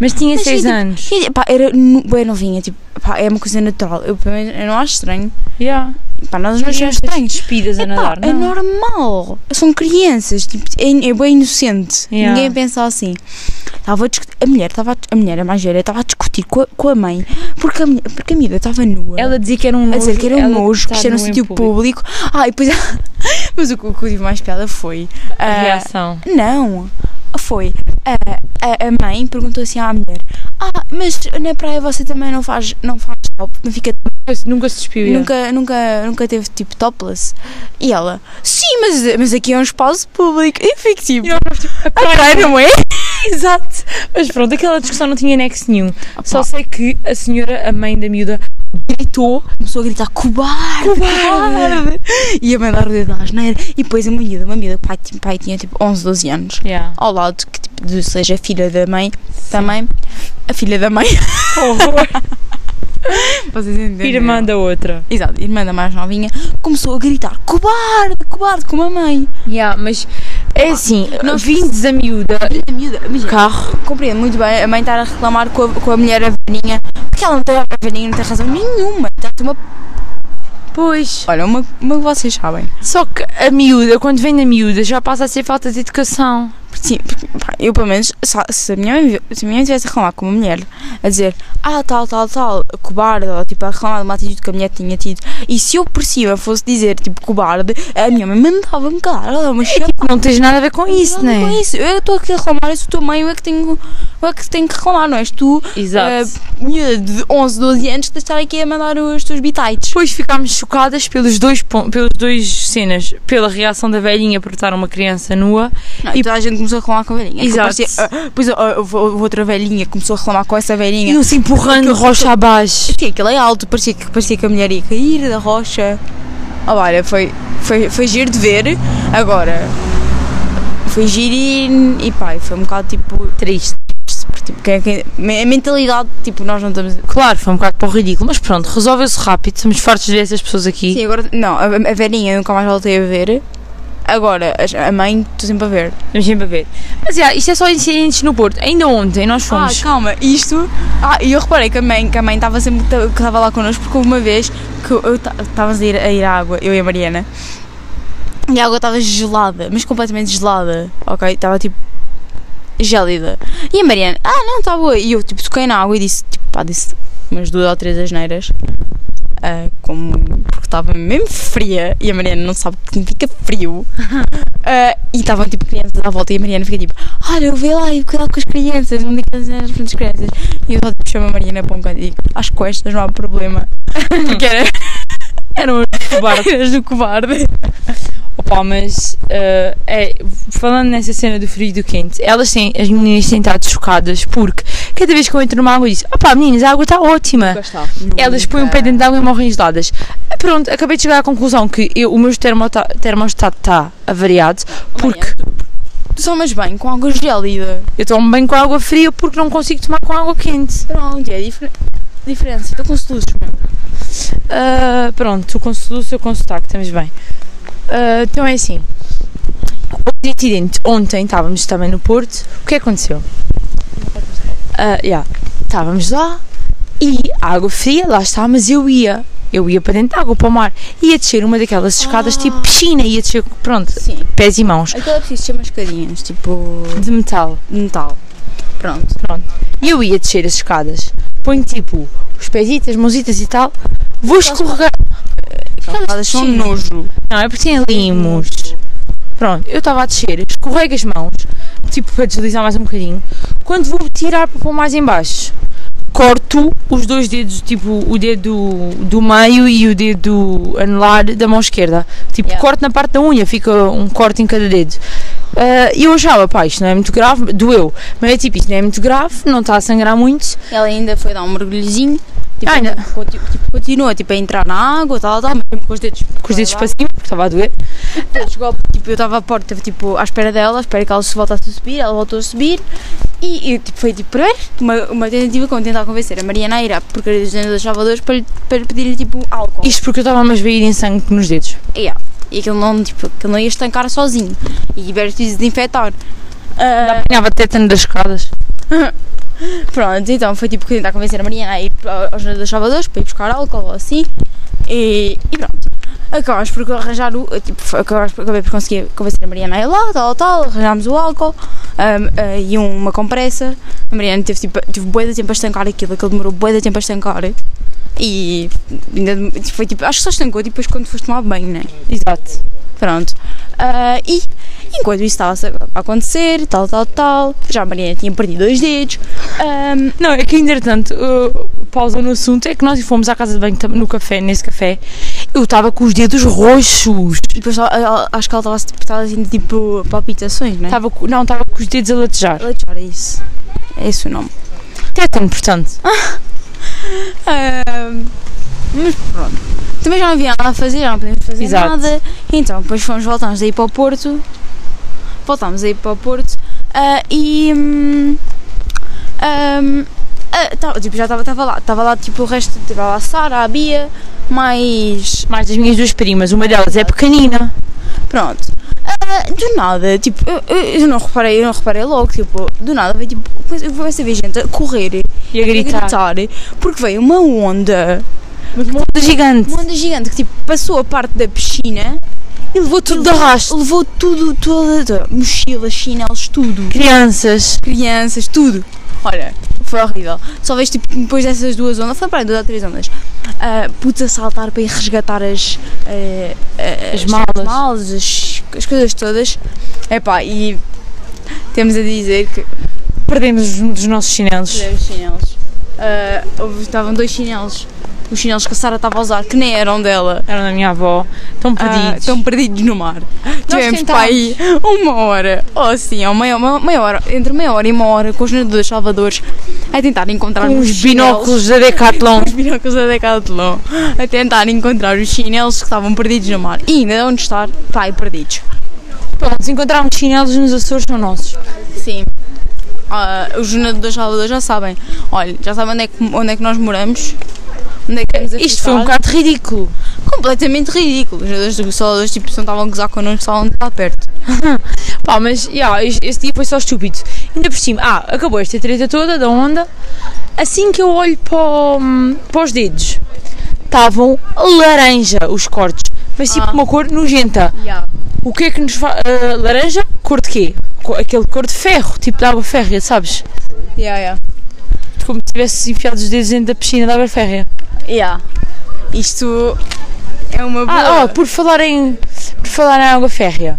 Speaker 1: Mas tinha
Speaker 2: Mas
Speaker 1: 6
Speaker 2: sim, tipo,
Speaker 1: anos.
Speaker 2: E, pá, era nu- bem novinha, tipo, pá, é uma coisa natural. Eu, pelo menos, eu não acho estranho.
Speaker 1: Yeah.
Speaker 2: Pá, nós não achamos estranho.
Speaker 1: Despidas a
Speaker 2: Epá,
Speaker 1: nadar,
Speaker 2: é
Speaker 1: não?
Speaker 2: normal. São crianças, tipo, é, é bem inocente.
Speaker 1: Yeah.
Speaker 2: Ninguém pensa assim. Estava a, discu- a mulher, estava a, a mulher, a mais velha, estava a discutir com a, com a mãe porque a, mulher- porque a miúda estava nua.
Speaker 1: Ela dizia que era um nojo.
Speaker 2: a dizer que era um
Speaker 1: ela
Speaker 2: nojo,
Speaker 1: estar
Speaker 2: que isto era um
Speaker 1: nua em
Speaker 2: sítio público. Ah, e depois. Mas o, que- o que eu tive mais piada foi.
Speaker 1: A
Speaker 2: ah,
Speaker 1: reação.
Speaker 2: não, foi. A, a, a mãe perguntou assim à mulher: Ah, mas na praia você também não faz, não faz top, não fica
Speaker 1: Nunca se despiu. yeah.
Speaker 2: Nunca, nunca, nunca teve tipo topless. E ela, sim, mas, mas aqui é um espaço público. E eu fico tipo,
Speaker 1: E
Speaker 2: a praia não é? Exato.
Speaker 1: Mas pronto, aquela discussão não tinha nexo nenhum. Só sei que a senhora, a mãe da miúda, gritou.
Speaker 2: Começou a gritar, cobarde,
Speaker 1: Cobarde.
Speaker 2: cobarde. E a mãe dar o dedo na asneira. E depois a miúda, uma miúda, pai, tipo, pai tinha tipo 11, 12 anos.
Speaker 1: Yeah.
Speaker 2: Ao lado, que tipo, de- seja a filha da mãe, também. A filha da mãe.
Speaker 1: Horror.
Speaker 2: Vocês entenderam?
Speaker 1: Irmã da outra.
Speaker 2: Exato, irmã da mais novinha. Começou a gritar, cobarde, cobarde, como a mãe.
Speaker 1: Yeah, mas é assim,
Speaker 2: Nós-
Speaker 1: vindes a miúda.
Speaker 2: E a miúda, imagina,
Speaker 1: Carro.
Speaker 2: Compreendo muito bem a mãe estar a reclamar com a, com a mulher aveninha, porque ela não tem a aveninha, não tem razão nenhuma. Está-te uma.
Speaker 1: Pois.
Speaker 2: Olha, uma, uma que vocês sabem.
Speaker 1: Só que a miúda, quando vem da miúda, já passa a ser falta de educação.
Speaker 2: Porque, sim, porque, pá, eu pelo menos, sa- se a, minha mãe, vi- se a minha mãe tivesse a reclamar com uma mulher, a dizer ah, tal, tal, tal, cobarde, ou tipo a reclamar de uma atitude que a mulher tinha tido, e se eu por cima fosse dizer tipo cobarde, a minha mãe mandava-me calar, ela dava uma chata.
Speaker 1: Não tens nada a ver com É tipo isso,
Speaker 2: não
Speaker 1: né?
Speaker 2: é isso, eu estou aqui a reclamar, eu sou tua mãe, eu é que tenho, eu é que, tenho que reclamar, não és tu?
Speaker 1: Eh,
Speaker 2: Uh, miúda de 11, 12 anos de estar aqui a mandar os teus bitites.
Speaker 1: Depois ficámos chocadas pelos dois, pon- pelos dois cenas. Pela reação da velhinha por estar uma criança nua.
Speaker 2: Não, e toda a gente começou a reclamar com a velhinha.
Speaker 1: Exato.
Speaker 2: Que Parecia, ah, depois ah, houve- houve outra velhinha começou a reclamar com essa velhinha.
Speaker 1: Iam-se um empurrando rocha abaixo.
Speaker 2: Parecia que ele é alto, parecia que, parecia que a mulher ia cair da rocha. Ah, olha, foi, foi, foi giro de ver. Agora, foi giro e, e pá, foi um bocado tipo.
Speaker 1: Triste.
Speaker 2: porque, Tipo, quem- quem- a mentalidade, tipo, nós não estamos.
Speaker 1: Claro, foi um bocado para o ridículo, mas pronto, resolveu-se rápido. Somos fartos de ver essas pessoas aqui.
Speaker 2: Sim, agora. Não, a, a velhinha eu nunca mais voltei a ver. Agora, a, a mãe, estou sempre a ver.
Speaker 1: Vamos sempre a ver. Mas já, isto é só incidentes no Porto. Ainda ontem nós fomos.
Speaker 2: Ah, calma, isto. Ah, e eu reparei que a mãe que a mãe estava sempre que estava lá connosco porque houve uma vez que eu ta- estávamos a ir, a ir à água, eu e a Mariana. E a água estava gelada, mas completamente gelada, ok? Estava tipo gélida. E a Mariana, ah não, está boa. E eu tipo toquei na água e disse, tipo, pá, disse umas duas ou três asneiras. Ah, como porque estava mesmo fria e a Mariana não sabe o que significa frio. Ah, e estavam tipo crianças à volta e a Mariana fica tipo, olha, eu vê lá e cuidado com as crianças, não digas nada frente das crianças. E eu só tipo, chamo a Mariana para um canto e digo, acho que com estas não há problema. Porque era,
Speaker 1: Era um cobarde.
Speaker 2: eras do cobarde.
Speaker 1: Opa, mas eh, é, falando nessa cena do frio e do quente, elas têm, as meninas têm estado chocadas porque cada vez que eu entro numa água eu digo, opá meninas, a água está ótima. Elas põem o pé dentro de água e morrem geladas. Ah, Pronto, acabei de chegar à conclusão que eu- o meu termota- termostato está avariado porque
Speaker 2: Porque tu tomas bem com água gélida.
Speaker 1: eu tomo bem com água fria porque não consigo tomar com água quente.
Speaker 2: Pronto, é difer diferença. Estou com soluços, meu.
Speaker 1: Ah, pronto, tu com soluço, eu com sotaque, estamos bem. Ah, então é assim. Outro incidente. Ontem estávamos também no Porto. O que aconteceu? Ah, yeah. Estávamos lá e a água fria, lá está, mas eu ia. Eu ia para dentro da água, para o mar. Ia descer uma daquelas escadas, tipo piscina, ia descer, pronto,
Speaker 2: Sim.
Speaker 1: pés e mãos,
Speaker 2: Aquilo é preciso chamar escadinhas, tipo
Speaker 1: de metal.
Speaker 2: de metal. Pronto.
Speaker 1: E eu ia descer as escadas. Ponho tipo os pezitas, mãozitas e tal. Vou escorregar.
Speaker 2: Aquelas são
Speaker 1: Sim.
Speaker 2: nojo.
Speaker 1: Não, é porque tem limos. Pronto, eu estava a descer, escorrego as mãos, tipo para deslizar mais um bocadinho. Quando vou tirar para pôr mais em baixo, corto os dois dedos, tipo o dedo do meio e o dedo anelar da mão esquerda. Tipo,
Speaker 2: Yeah.
Speaker 1: corto na parte da unha, fica um corte em cada dedo. Ah, E eu achava, pá, isto não é muito grave, doeu, mas é tipo, isto não é muito grave, não está a sangrar muito.
Speaker 2: Ela ainda foi dar um mergulhozinho. Tipo,
Speaker 1: Ah, ainda-
Speaker 2: ficou, tipo, tipo, continua tipo, a entrar na água, tal, tal, mas mesmo com os dedos.
Speaker 1: Com os dedos
Speaker 2: lá.
Speaker 1: para cima, porque estava a doer.
Speaker 2: Ela Chegou, tipo, eu estava à porta, tipo, à espera dela, à espera que ela se voltasse a subir, ela voltou a subir E, e, tipo, foi tipo primeiro uma, uma tentativa como tentar convencer a Mariana a ir à porcaria dos anos dos Salvadores para, lhe- para pedir-lhe tipo álcool.
Speaker 1: Isto porque eu estava mais veio em sangue nos dedos.
Speaker 2: Yeah. E aquilo não, tipo, aquilo não ia estancar sozinho. E tiveres de desinfetar. Ah,
Speaker 1: Apanhava tétano das escadas.
Speaker 2: Pronto, então foi tipo que tentar convencer a Mariana a ir para- aos Jornais dos Salvadores para ir buscar álcool ou assim. E, e pronto. Acabámos por arranjar o. Tipo, foi- acabámos por, acabei por conseguir convencer a Mariana a ir lá, tal, tal. Arranjámos o álcool ahm, ah, e uma compressa. A Mariana teve, tipo, teve bué de tempo a estancar aquilo, aquilo demorou bué de tempo a estancar. E ainda dem- foi tipo. Acho que só estancou tipo, depois quando foste tomar banho, não é?
Speaker 1: Exato.
Speaker 2: Pronto. Ah, e enquanto isso estava a acontecer, tal, tal, tal, já a Mariana tinha perdido dois dedos. Um, ahm,
Speaker 1: Não, é que entretanto, uh, pausa no assunto, é que nós fomos à casa de banho tam- no café, nesse café, eu estava com os dedos roxos.
Speaker 2: E depois ela- ela- acho que ela estava tipo, tava assim, tipo palpitações, não é?
Speaker 1: Tava, co- não, estava com os dedos a latejar.
Speaker 2: Lechar, é isso. É esse o nome.
Speaker 1: Tétano, portanto.
Speaker 2: Ahm, mas pronto. Também já não havia nada a fazer, já não podíamos fazer
Speaker 1: Exato.
Speaker 2: nada. Então, depois fomos, voltámos aí para o Porto. Voltámos aí para o Porto. ah, e. hum, ahm, ah, tá- tipo, já estava lá. Estava lá tipo o resto. Estava lá a Sara, a Bia, mais.
Speaker 1: Mais das minhas duas primas, uma delas é pequenina.
Speaker 2: Pronto. Ah, do nada, tipo, eu, eu- eu não reparei, eu não reparei logo, tipo, do nada veio tipo, eu comecei a ver gente a correr
Speaker 1: E a
Speaker 2: e a
Speaker 1: gritar.
Speaker 2: gritar, porque veio uma onda,
Speaker 1: Mas uma onda gigante.
Speaker 2: uma onda gigante que tipo passou a parte da piscina e levou
Speaker 1: Tudo de
Speaker 2: levou,
Speaker 1: arrasto.
Speaker 2: levou tudo, toda, toda mochilas, chinelos, tudo,
Speaker 1: Crianças.
Speaker 2: crianças, tudo. Olha, foi horrível. Só vejo tipo depois dessas duas ondas, foi para aí duas ou três ondas. ah, putos a saltar para ir resgatar as, ah, ah,
Speaker 1: As malas.
Speaker 2: malas, as, as coisas todas. Epá, e temos a dizer que
Speaker 1: Perdemos um dos nossos chinelos.
Speaker 2: fizemos chinelos. Ah, houve- estavam dois chinelos. Os chinelos que a Sara estava a usar, que nem eram dela.
Speaker 1: Eram da minha avó. Estão
Speaker 2: É. Ah,
Speaker 1: perdidos.
Speaker 2: estão perdidos no mar. Tivemos
Speaker 1: tentámos.
Speaker 2: para aí uma hora, ou assim, ou meia, uma- meia hora, entre meia hora e uma hora, com os nadadores salvadores, a tentar encontrar
Speaker 1: Com os
Speaker 2: os chinelos.
Speaker 1: binóculos da Decathlon.
Speaker 2: Os binóculos da Decathlon a tentar encontrar os chinelos que estavam perdidos no mar. E ainda onde estar, está aí perdidos.
Speaker 1: Pronto, se um encontrarmos chinelos nos Açores, são nossos.
Speaker 2: Sim. Ah, os nadadores salvadores já sabem. Olha, já sabem onde é que, onde é que nós moramos. Onde é que estamos a
Speaker 1: Isto foi um
Speaker 2: ficar.
Speaker 1: bocado ridículo.
Speaker 2: completamente ridículo. Os nadadores do salvadores tipo, se não estavam a gozar connosco, estavam lá perto.
Speaker 1: Pá, mas yeah, es- esse dia foi só estúpido. Ainda por cima, ah, acabou esta treta toda da onda. Assim que eu olho para, o- para os dedos, estavam laranja os cortes, mas tipo
Speaker 2: Ah.
Speaker 1: uma cor nojenta. O que é que nos faz. laranja? Cor de quê? Co- Aquele cor de ferro, tipo de água férrea, sabes?
Speaker 2: Yeah, yeah.
Speaker 1: Como se tivesse enfiado os dedos dentro da piscina de água férrea.
Speaker 2: Yeah. Isto é uma
Speaker 1: Ah,
Speaker 2: boa.
Speaker 1: oh, por falar em. Por falar em água férrea.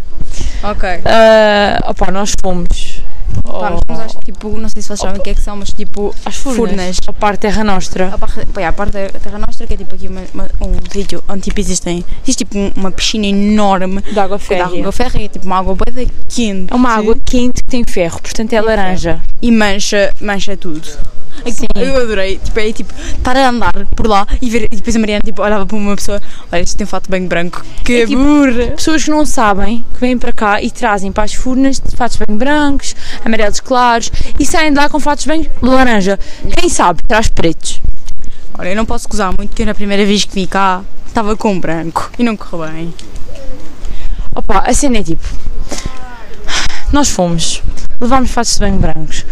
Speaker 2: oh. ok.
Speaker 1: Ah, opá, nós fomos.
Speaker 2: Pá,
Speaker 1: ao-
Speaker 2: nós fomos às, tipo, não sei se vocês sabem o que é que são, mas tipo,
Speaker 1: às furnas,
Speaker 2: furnas.
Speaker 1: a parte terra nostra.
Speaker 2: A parte, pá, a parte da Terra Nostra, que é tipo aqui uma- uma- um sítio onde tipo existem. Existe tipo um- uma piscina enorme
Speaker 1: de água
Speaker 2: com
Speaker 1: férrea.
Speaker 2: água férrea, tipo uma água bem quente.
Speaker 1: É uma água quente que tem ferro, portanto é laranja.
Speaker 2: e mancha, mancha tudo. É que, tipo, Eu adorei, tipo, é tipo, estar a andar por lá e ver, e depois a Mariana tipo, olhava para uma pessoa, olha, isto tem fato bem branco, que
Speaker 1: É tipo-
Speaker 2: burra!
Speaker 1: Pessoas que não sabem, que vêm para cá e trazem para as furnas fatos bem brancos, amarelos claros e saem de lá com fatos bem laranja. Quem sabe traz pretos.
Speaker 2: Olha, eu não posso gozar muito, porque eu na primeira vez que vim cá, estava com branco e não correu bem.
Speaker 1: Opa, a cena é tipo. Nós fomos, levámos fatos de banho brancos.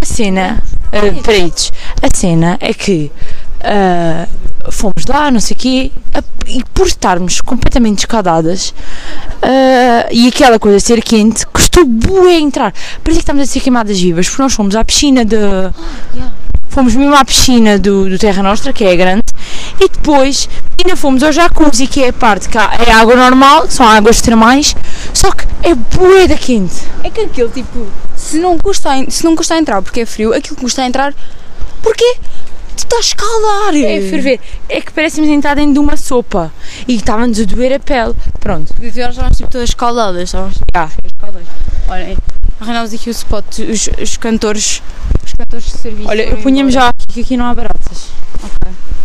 Speaker 1: A cena. eh, pretos. A cena é que. ah, fomos lá, não sei o quê, a- e por estarmos completamente escaldadas ah, e aquela coisa de ser quente, custou bué entrar. Parecia que estávamos a ser queimadas vivas, porque nós fomos à piscina de. Fomos mesmo à piscina do, do Terra Nostra, que é grande, e depois ainda fomos ao jacuzzi, que é a parte que há- é água normal, que são águas termais, só que é bué da quente.
Speaker 2: É que aquilo, tipo, se não custa, a en- se não custa a entrar porque é frio, aquilo que custa a entrar porque tu estás a escalar!
Speaker 1: É ferver. É que parecemos entrar dentro de uma sopa e estávamos a doer a pele. Pronto.
Speaker 2: De horas estávamos tipo todas escaldadas, estávamos tipo,
Speaker 1: Já.
Speaker 2: escaldadas. Olhem, arranjámos aqui o spot, os, os cantores, os cantores de serviço.
Speaker 1: Olha, eu
Speaker 2: foram
Speaker 1: punha-me
Speaker 2: embora.
Speaker 1: já aqui, que aqui não há baratas.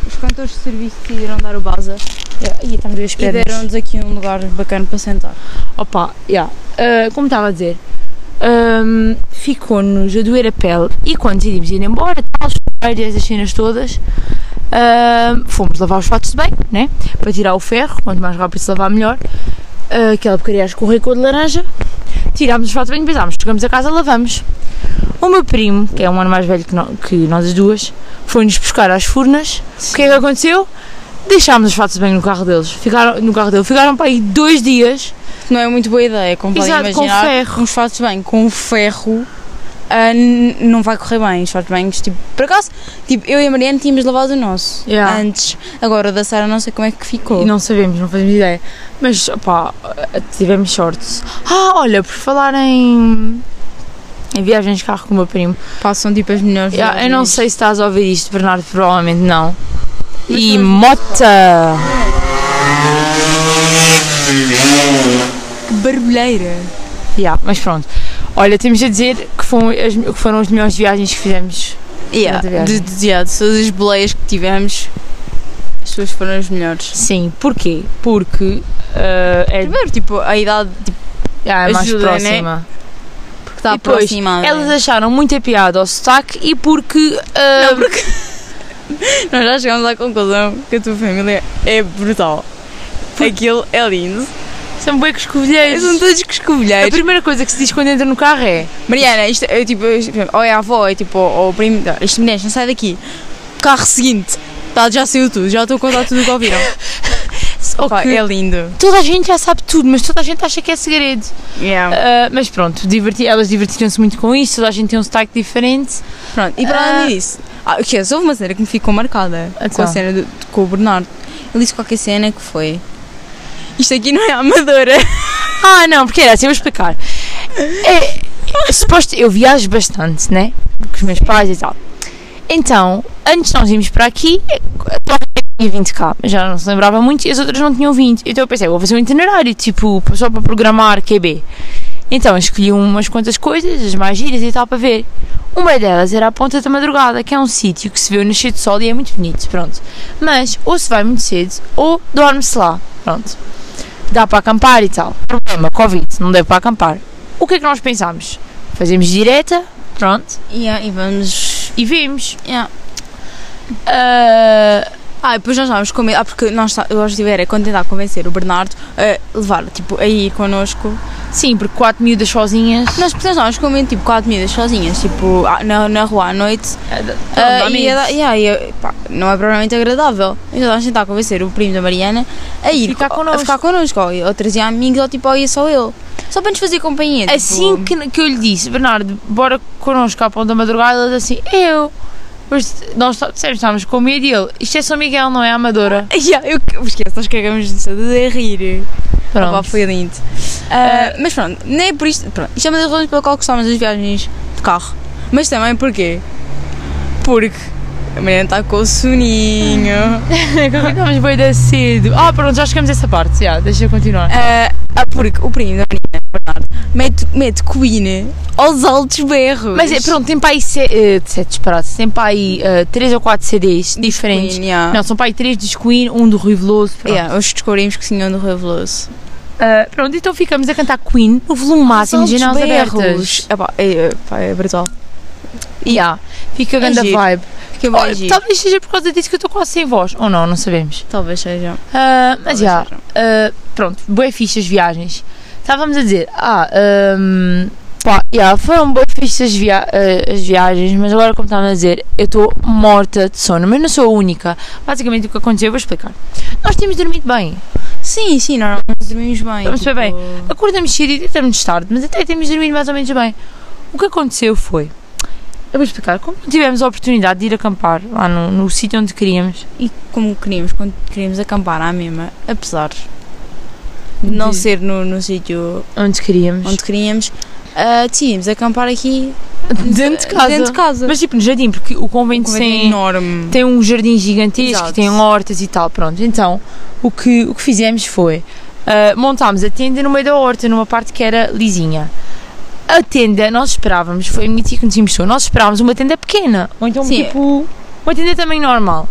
Speaker 2: Os cantores de serviço decidiram dar o baza
Speaker 1: Ia, estamos a
Speaker 2: e deram-nos aqui um lugar bacana para sentar.
Speaker 1: Opa, já. Ah, como Eh, estava a dizer, hum, ficou-nos a doer a pele e quando decidimos ir embora, tal, chuveiras, as cenas todas, hum, fomos lavar os fatos de bem, né? Para tirar o ferro, quanto mais rápido se lavar, melhor. Ah, aquela porcaria a escorrer cor de laranja. Tirámos os fatos de bem e pensámos, chegamos a casa, lavamos. O meu primo, que é um ano mais velho que, no- que nós as duas, foi-nos buscar às furnas. O que é que aconteceu? Deixámos os fatos de banho no carro deles. Ficaram, no carro dele. Ficaram para aí dois dias.
Speaker 2: Não é muito boa ideia, como podem
Speaker 1: Exato, com
Speaker 2: imaginar.
Speaker 1: ferro.
Speaker 2: Uns fatos bem com ferro ah, n- não vai correr bem. Os fatos bem, tipo, por acaso, tipo, eu e a Mariana tínhamos lavado o nosso
Speaker 1: Yeah.
Speaker 2: antes. Agora o da Sara não sei como é que ficou.
Speaker 1: E não sabemos, não fazemos ideia. Mas, opá, tivemos sorte. Ah, olha, por falar em, em viagens de carro com o meu primo.
Speaker 2: Passam tipo as melhores.
Speaker 1: Yeah, eu não
Speaker 2: viagens.
Speaker 1: sei se estás a ouvir isto, Bernardo, provavelmente não. E mota!
Speaker 2: Que barulheira!
Speaker 1: Yeah, mas pronto. Olha, temos a dizer que foram as, que foram as melhores viagens que fizemos.
Speaker 2: Yeah,
Speaker 1: Grande viagem.
Speaker 2: de, de, yeah, de todas as boleias que tivemos, as suas foram as melhores.
Speaker 1: Sim, porquê? Porque ah, é,
Speaker 2: Primeiro, tipo, a idade tipo,
Speaker 1: ah, é mais
Speaker 2: ajuda, né?
Speaker 1: próxima.
Speaker 2: que está
Speaker 1: E depois,
Speaker 2: aproximada.
Speaker 1: Elas acharam muita piada ao sotaque e porque. ah,
Speaker 2: Não, porque nós já chegamos à conclusão que a tua família é brutal. Aquilo é lindo.
Speaker 1: São bem
Speaker 2: Eles
Speaker 1: coscovilheiros.
Speaker 2: são todos
Speaker 1: A
Speaker 2: coscovilheiros.
Speaker 1: primeira coisa que se diz quando entra no carro é.
Speaker 2: Mariana, isto é tipo, eu- por exemplo, ou é a avó, é tipo, ou o primo, não, este menino, não sai daqui. Carro seguinte, tá, já saiu tudo, já estou a contar tudo o que ouviram.
Speaker 1: "Só
Speaker 2: Pá,
Speaker 1: que
Speaker 2: é lindo.
Speaker 1: Toda a gente já sabe tudo, mas toda a gente acha que é segredo.
Speaker 2: Yeah.
Speaker 1: Ah, mas pronto, diverti- elas divertiram-se muito com isso, toda a gente tem um sotaque diferente.
Speaker 2: Pronto, e para
Speaker 1: Ah.
Speaker 2: além disso, ah, o que é? Só houve uma cena que me ficou marcada com
Speaker 1: Então.
Speaker 2: a cena do, com o Bernardo. Ele disse qualquer cena que foi. Isto aqui não é amadora.
Speaker 1: Ah, não, porque era assim, eu vou explicar. É, é, suposto, eu viajo bastante, né? Com os meus pais e tal. Então, antes nós íamos para aqui, a tua tinha 20 cá, mas já não se lembrava muito e as outras não tinham 20. Então eu pensei, vou fazer um itinerário, tipo, só para programar QB. Então eu escolhi umas quantas coisas, as mais giras e tal, para ver. Uma delas era a Ponta da Madrugada, que é um sítio que se vê o nascer do sol e é muito bonito, pronto. Mas, ou se vai muito cedo, ou dorme-se lá, pronto dá para acampar e tal. Problema, Covid, não deu para acampar. O que é que nós pensámos? Fazemos direta, pronto,
Speaker 2: e vamos.
Speaker 1: e vimos.
Speaker 2: Yeah.
Speaker 1: Ah,
Speaker 2: Ah, e depois nós estávamos com medo. Ah, porque nós, tá- o objetivo era quando tentar convencer o Bernardo a levar, tipo, a ir connosco.
Speaker 1: sim, porque quatro miúdas sozinhas.
Speaker 2: Nós porque nós estávamos com medo, tipo, quatro miúdas sozinhas, tipo, ah, na, na rua à noite. Ah, e ela- e aí, eh, pá, não é propriamente agradável. Então estávamos a tentar convencer o primo da Mariana a ir
Speaker 1: Ficar
Speaker 2: co-
Speaker 1: connosco.
Speaker 2: A ficar connosco, ou, ou trazia amigos, ou tipo, ou ia só ele. Só para nos fazer companhia. tipo,
Speaker 1: Assim que, que eu lhe disse, Bernardo, bora connosco à ponta da madrugada, ele disse assim, eu. Mas nós só- dissemos, estávamos com medo e ele, isto é São Miguel, não é a Amadora.
Speaker 2: Yeah, eu eu esqueço, nós cagamos de de rir. Opa,
Speaker 1: Pronto.
Speaker 2: foi lindo. Ah, mas pronto, nem é por isto. Pronto, isto é uma das razões pela qual gostávamos das viagens de carro. Mas também porquê? Porque a Mariana está com o soninho.
Speaker 1: Estávamos bem da cedo. Ah, pronto, já chegamos a essa parte, já, deixa eu continuar.
Speaker 2: Ah, ah, porque o primo da Mariana, Bernardo, mete, mete Queen aos altos berros.
Speaker 1: Mas é, pronto, tem para aí se, eh, sete disparados, tem para aí 3 ou 4 CDs diferentes.
Speaker 2: Queen, yeah.
Speaker 1: Não, são para aí 3 de Queen, um do Rui Veloso. Pronto.
Speaker 2: Yeah, hoje descobrimos que tinham do Rui Veloso.
Speaker 1: Ah, pronto, então ficamos a cantar Queen no volume máximo,
Speaker 2: Aos altos
Speaker 1: janelas
Speaker 2: berros.
Speaker 1: abertas.
Speaker 2: Epá, É, é, pá, é brutal.
Speaker 1: Yeah. Fica a
Speaker 2: É
Speaker 1: grande
Speaker 2: giro. É
Speaker 1: vibe.
Speaker 2: Que bom
Speaker 1: Oh, talvez seja por causa disso que eu estou quase sem voz. Ou não, não sabemos.
Speaker 2: Talvez seja.
Speaker 1: Ah, mas
Speaker 2: Talvez
Speaker 1: já,
Speaker 2: seja.
Speaker 1: ah, pronto, boé fixe as viagens. Estávamos a dizer, ah, ahm, pá, já, foram boé fixe as, via- ah, as viagens, mas agora, como estávamos a dizer, eu estou morta de sono, mas não sou a única. Basicamente, o que aconteceu, eu vou explicar. Nós tínhamos dormido bem,
Speaker 2: Sim, sim, nós dormimos bem. tipo,
Speaker 1: Vamos ver bem. acordamos cedo e deitamos tarde, mas até temos dormido mais ou menos bem. O que aconteceu foi, eu vou explicar, como não tivemos a oportunidade de ir acampar lá no, no sítio onde queríamos,
Speaker 2: E como queríamos, quando queríamos acampar à mesma, apesar de não
Speaker 1: De-
Speaker 2: ser no, no sítio
Speaker 1: onde queríamos,
Speaker 2: onde queríamos, ah, decidimos acampar aqui
Speaker 1: dentro de
Speaker 2: ah,
Speaker 1: casa.
Speaker 2: Dentro de casa.
Speaker 1: Mas tipo no jardim, porque o
Speaker 2: Um
Speaker 1: convento, é
Speaker 2: convento
Speaker 1: tem,
Speaker 2: enorme.
Speaker 1: tem um jardim gigantesco,
Speaker 2: Exato.
Speaker 1: tem hortas e tal, pronto. Então, o que, o que fizemos foi, ah, montámos a tenda no meio da horta, numa parte que era lisinha. A tenda, nós esperávamos, foi admitir que nos emprestou, nós esperávamos uma tenda pequena, ou então
Speaker 2: Sim.
Speaker 1: tipo, uma tenda também normal.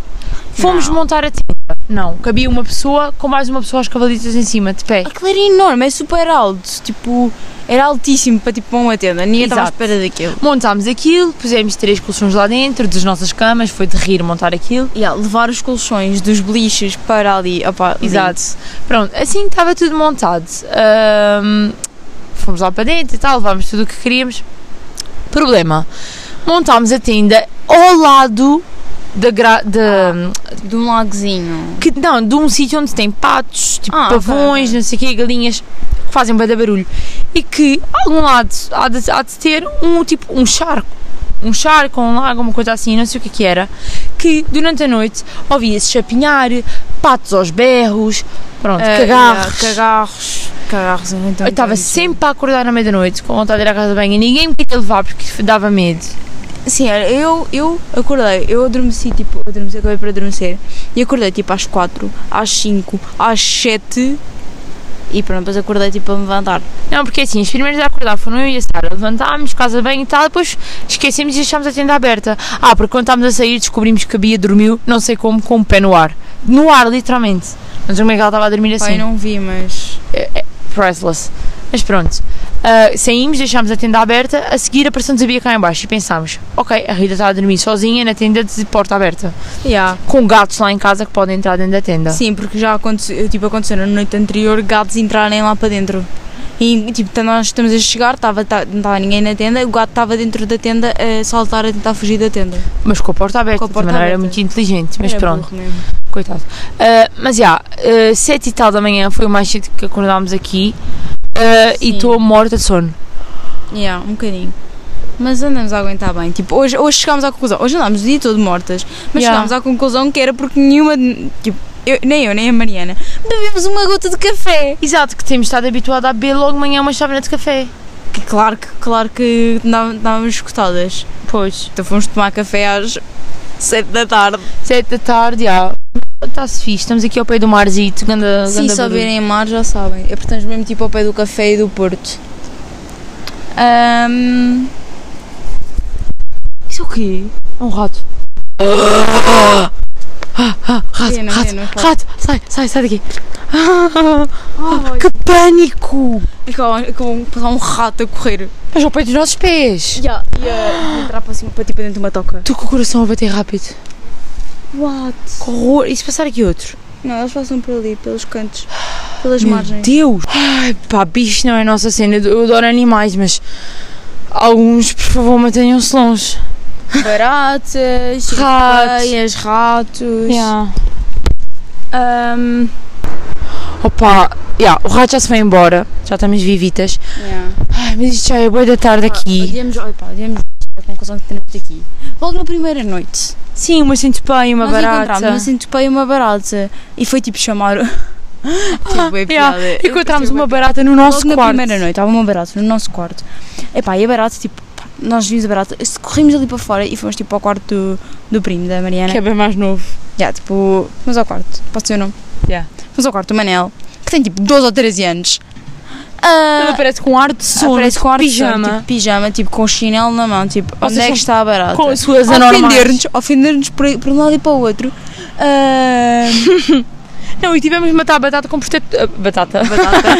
Speaker 1: Fomos
Speaker 2: Não.
Speaker 1: montar a tenda, Não, cabia uma pessoa com mais uma pessoa aos cavalitos em cima, de pé.
Speaker 2: Aquilo era enorme, é super alto. Tipo, era altíssimo para tipo para uma tenda. Ninguém estava à
Speaker 1: Exato.
Speaker 2: espera daquilo.
Speaker 1: Montámos aquilo, pusemos três colchões lá dentro, das nossas camas, foi de rir montar aquilo.
Speaker 2: Yeah, levar os colchões dos beliches para ali. Opa, lindo.
Speaker 1: Exato. Pronto, assim estava tudo montado. Ahm, fomos lá para dentro e tal, levámos tudo o que queríamos. Problema. Montámos a tenda ao lado da gra- da-
Speaker 2: Tipo, de um lagozinho.
Speaker 1: que, não, de um sítio onde tem patos, tipo
Speaker 2: Ah, ok,
Speaker 1: pavões,
Speaker 2: ok.
Speaker 1: não sei o quê, galinhas, que fazem bem barulho. E que, a algum lado, há de, há de ter um tipo, um charco. Um charco, um lago, uma coisa assim, não sei o que que era. Que, durante a noite, ouvia-se chapinhar, patos aos berros, pronto,
Speaker 2: Eh,
Speaker 1: cagarros.
Speaker 2: yeah, cagarros. Cagarros, então.
Speaker 1: Eu estava sempre a acordar na meia-noite com vontade de ir à casa de banho e ninguém me queria levar porque dava medo.
Speaker 2: Sim, olha, eu, eu acordei, eu adormeci, tipo, eu adormeci, acabei por adormecer. E acordei tipo às 4, às 5, às 7 e pronto, depois acordei tipo a me levantar.
Speaker 1: Não, porque assim, os primeiros a acordar foram eu e a Sara. Levantámos, casa de banho e tal, depois esquecemos e deixámos a tenda aberta. Ah, porque quando estávamos a sair descobrimos que a Bia dormiu, não sei como, com o pé no ar. No ar, literalmente. Não sei como é que ela estava a dormir assim.
Speaker 2: Pai, não vi, mas.
Speaker 1: priceless. Mas pronto, ah, saímos, deixámos a tenda aberta, a seguir apareceu-nos a Bia cá em baixo e pensámos, ok, a Rita está a dormir sozinha na tenda de porta aberta,
Speaker 2: Yeah.
Speaker 1: com gatos lá em casa que podem entrar dentro da tenda.
Speaker 2: Sim, porque já aconteceu, tipo, aconteceu na noite anterior gatos entrarem lá para dentro. E tipo, tá- nós estamos a chegar, tava, tá- não estava ninguém na tenda, o gato estava dentro da tenda a saltar, a tentar fugir da tenda.
Speaker 1: Mas com a porta aberta,
Speaker 2: Com a porta
Speaker 1: também não era
Speaker 2: aberta.
Speaker 1: muito inteligente, mas
Speaker 2: Era
Speaker 1: pronto,
Speaker 2: burro mesmo.
Speaker 1: coitado. Ah, mas já, ah, sete e tal da manhã foi o mais cedo que acordámos aqui ah, e
Speaker 2: Sim.
Speaker 1: estou morta de sono.
Speaker 2: Yeah, um bocadinho. Mas andamos a aguentar bem. Tipo, hoje, hoje chegámos à conclusão. Hoje andámos o dia todo mortas. Mas
Speaker 1: Yeah.
Speaker 2: chegámos à conclusão que era porque nenhuma. de- Tipo, eu- nem eu, nem a Mariana. Bebemos uma gota de café.
Speaker 1: Exato, que temos estado habituado a beber logo de manhã uma chávena de café.
Speaker 2: Que claro que, claro que andá- andávamos escutadas.
Speaker 1: Pois.
Speaker 2: Então fomos tomar café às 7 da tarde.
Speaker 1: Sete da tarde, já. Está-se fixe, estamos aqui ao pé do marzito, ganda,
Speaker 2: Se
Speaker 1: ganda
Speaker 2: só
Speaker 1: barulho.
Speaker 2: virem mar já sabem. Eu portanto mesmo tipo ao pé do café e do Porto. Ahm,
Speaker 1: Isso é o quê? É um rato. Ah,
Speaker 2: rato, rato,
Speaker 1: Rato, sai, sai, sai daqui. Ah, que pânico!
Speaker 2: Com, com um rato a correr.
Speaker 1: Mas ao pé dos nossos pés.
Speaker 2: Yeah, e a entrar para, cima, para tipo dentro de uma toca.
Speaker 1: Estou com o coração a bater rápido.
Speaker 2: What?
Speaker 1: Que horror! E se passar aqui outro?
Speaker 2: Não, elas passam por ali, pelos cantos, pelas
Speaker 1: Meu
Speaker 2: margens.
Speaker 1: Deus! Ai, pá, bicho não é a nossa cena. Eu adoro animais, mas alguns, por favor, mantenham-se longe.
Speaker 2: Baratas,
Speaker 1: Ratos.
Speaker 2: ratos, ratos.
Speaker 1: Yeah.
Speaker 2: Ahm,
Speaker 1: Opa, yeah, o rato já se foi embora. Já estamos vivitas.
Speaker 2: yeah.
Speaker 1: Ai, mas isto já é boa da tarde
Speaker 2: Pá,
Speaker 1: aqui.
Speaker 2: Odiamos, olha, pá, odiamos a conclusão que temos aqui. Logo na primeira noite.
Speaker 1: Sim, uma centopeia, uma
Speaker 2: nós encontramos
Speaker 1: barata.
Speaker 2: uma centopeia e uma barata. E foi tipo chamar. o- tipo, é
Speaker 1: yeah.
Speaker 2: piada. Eu
Speaker 1: Encontramos
Speaker 2: percebo
Speaker 1: uma
Speaker 2: bem.
Speaker 1: barata no
Speaker 2: Logo
Speaker 1: nosso
Speaker 2: na
Speaker 1: quarto.
Speaker 2: primeira noite, estava uma barata no nosso quarto. Epá, e a barata, tipo, pá, nós vimos a barata, corrimos ali para fora e fomos tipo ao quarto do, do primo da Mariana.
Speaker 1: Que é bem mais novo.
Speaker 2: Já, tipo, fomos ao quarto, posso dizer o nome?
Speaker 1: Já.
Speaker 2: Fomos ao quarto do Manel, que tem tipo 12 ou 13 anos.
Speaker 1: Ele
Speaker 2: Ah,
Speaker 1: aparece com ar de sono,
Speaker 2: aparece com ar de sono,
Speaker 1: pijama.
Speaker 2: tipo, pijama, tipo, com o chinelo na mão, tipo, onde
Speaker 1: seja,
Speaker 2: é que está a barata?
Speaker 1: com as suas
Speaker 2: é
Speaker 1: anormais.
Speaker 2: ofender-nos, ofender-nos por, por um lado e para o outro. Ah,
Speaker 1: Não, e tivemos de matar a batata com protetor. ah, Batata.
Speaker 2: barata.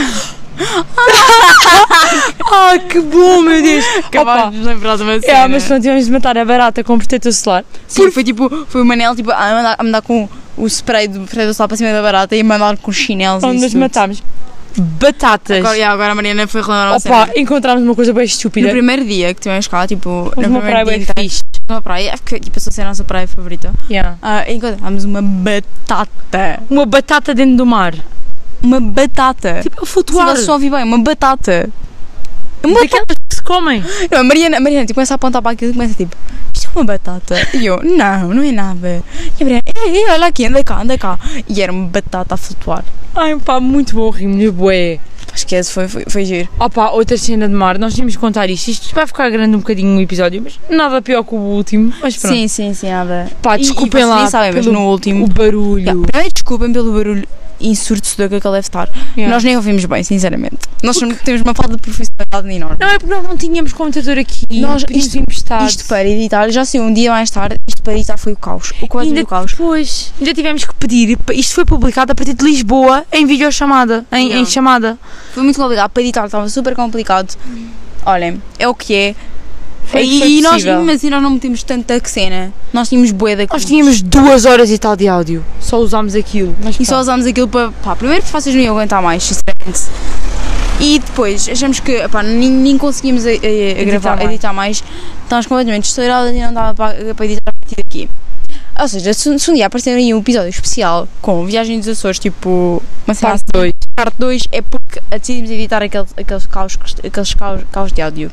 Speaker 1: Ah, que bom, meu Deus! Opa.
Speaker 2: de nos lembrar de uma
Speaker 1: É, mas não tivemos de matar a barata com protetor solar.
Speaker 2: Sim, foi tipo, foi o Manel, tipo, a mandar, a mandar com o spray do protetor solar para cima da barata e a mandar com os chinelos e
Speaker 1: Onde
Speaker 2: isso
Speaker 1: nos
Speaker 2: tudo.
Speaker 1: matámos batatas.
Speaker 2: Agora, já, agora a Mariana foi relamar uma cena.
Speaker 1: Opa, encontramos uma coisa bem
Speaker 2: No
Speaker 1: estúpida.
Speaker 2: primeiro dia que tivemos cá, tipo, no
Speaker 1: Fomos uma praia
Speaker 2: primeiro dia
Speaker 1: bem
Speaker 2: em que
Speaker 1: fixe.
Speaker 2: numa praia, é porque tipo, essa é a nossa praia favorita.
Speaker 1: Yeah.
Speaker 2: Ah, encontramos uma batata.
Speaker 1: Uma batata dentro do mar.
Speaker 2: Uma batata.
Speaker 1: Tipo, a
Speaker 2: Tu
Speaker 1: flutuar.
Speaker 2: não se ouve bem, uma batata. Uma
Speaker 1: Daquelas que se comem.
Speaker 2: batata. Não, a Mariana, a Mariana tipo, começa a apontar para aquilo e começa tipo, isto é uma batata. E eu, não, não é nada. E a Mariana, ei, ei, olha aqui, anda cá, anda cá. E era uma batata a flutuar.
Speaker 1: Ai, pá, muito bom, rimos, bué.
Speaker 2: Pá, Esquece, foi, foi, foi giro.
Speaker 1: Opa, outra cena de mar, nós tínhamos que contar isto. Isto vai ficar grande um bocadinho o episódio, mas nada pior que o último. Mas pronto.
Speaker 2: sim, sim, nada.
Speaker 1: Pá,
Speaker 2: E- e
Speaker 1: desculpem
Speaker 2: vocês
Speaker 1: lá
Speaker 2: nem sabem, mas
Speaker 1: pelo
Speaker 2: no último.
Speaker 1: o barulho.
Speaker 2: Yeah, primeiro desculpem pelo barulho ensurdecedora que ele deve estar.
Speaker 1: Yeah.
Speaker 2: Nós nem ouvimos bem, sinceramente. Nós somos- temos uma falta de profissionalidade enorme.
Speaker 1: Não, é porque nós não tínhamos computador aqui.
Speaker 2: Nós-
Speaker 1: pedimos
Speaker 2: isto-
Speaker 1: emprestado.
Speaker 2: Isto para editar, já sei, um dia mais tarde, isto para editar foi o caos. O quadro
Speaker 1: Ainda
Speaker 2: do caos.
Speaker 1: Pois, ainda tivemos que pedir. Isto foi publicado a partir de Lisboa em videochamada. Em, em
Speaker 2: Yeah.
Speaker 1: chamada.
Speaker 2: Foi muito complicado. Para editar estava super complicado. Olhem, é o que é.
Speaker 1: Foi o que
Speaker 2: e,
Speaker 1: foi
Speaker 2: e nós,
Speaker 1: possível.
Speaker 2: mas e nós não metemos tanta que cena. Nós tínhamos boeda
Speaker 1: Nós tínhamos duas horas e tal de áudio. Só usámos aquilo. Mas
Speaker 2: E só usámos aquilo para. Pá, primeiro porque vocês não iam aguentar mais, sinceramente. E depois achamos que pá, nem, nem conseguimos a, a- a gravar,
Speaker 1: mais.
Speaker 2: editar mais. Estávamos completamente estouradas e não dava eh, para, para editar a partir daqui. Ou seja, se, se um dia aparecer aí um episódio especial com Viagem dos Açores, tipo uma cena
Speaker 1: Parte dois.
Speaker 2: parte 2, é porque decidimos editar aquele, aqueles, caos, aqueles caos, caos de áudio.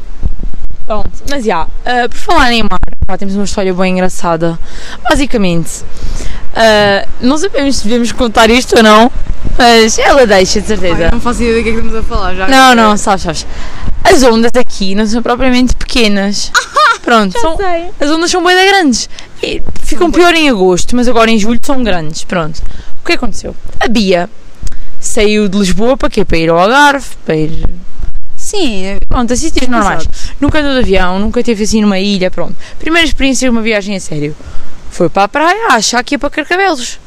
Speaker 1: Pronto, mas já, ah, por falar em mar, pá, temos uma história bem engraçada. Basicamente, ah, não sabemos se devemos contar isto ou não, mas ela deixa, de certeza.
Speaker 2: não faço ideia do que é que estamos a falar já.
Speaker 1: Não, não, sabes, sabes. As ondas aqui não são propriamente pequenas. Pronto, são-
Speaker 2: sei.
Speaker 1: as ondas são bem grandes. E ficam pior em agosto, mas agora em julho são grandes. Pronto. O que aconteceu? A Bia saiu de Lisboa para quê? Para ir ao Algarve, para ir
Speaker 2: Sim, eh,
Speaker 1: Pronto, assim sítios normais. Nunca andou de avião, nunca teve assim numa ilha, pronto. Primeira experiência de uma viagem a sério. Foi para a praia a achar que ia para Carcavelos.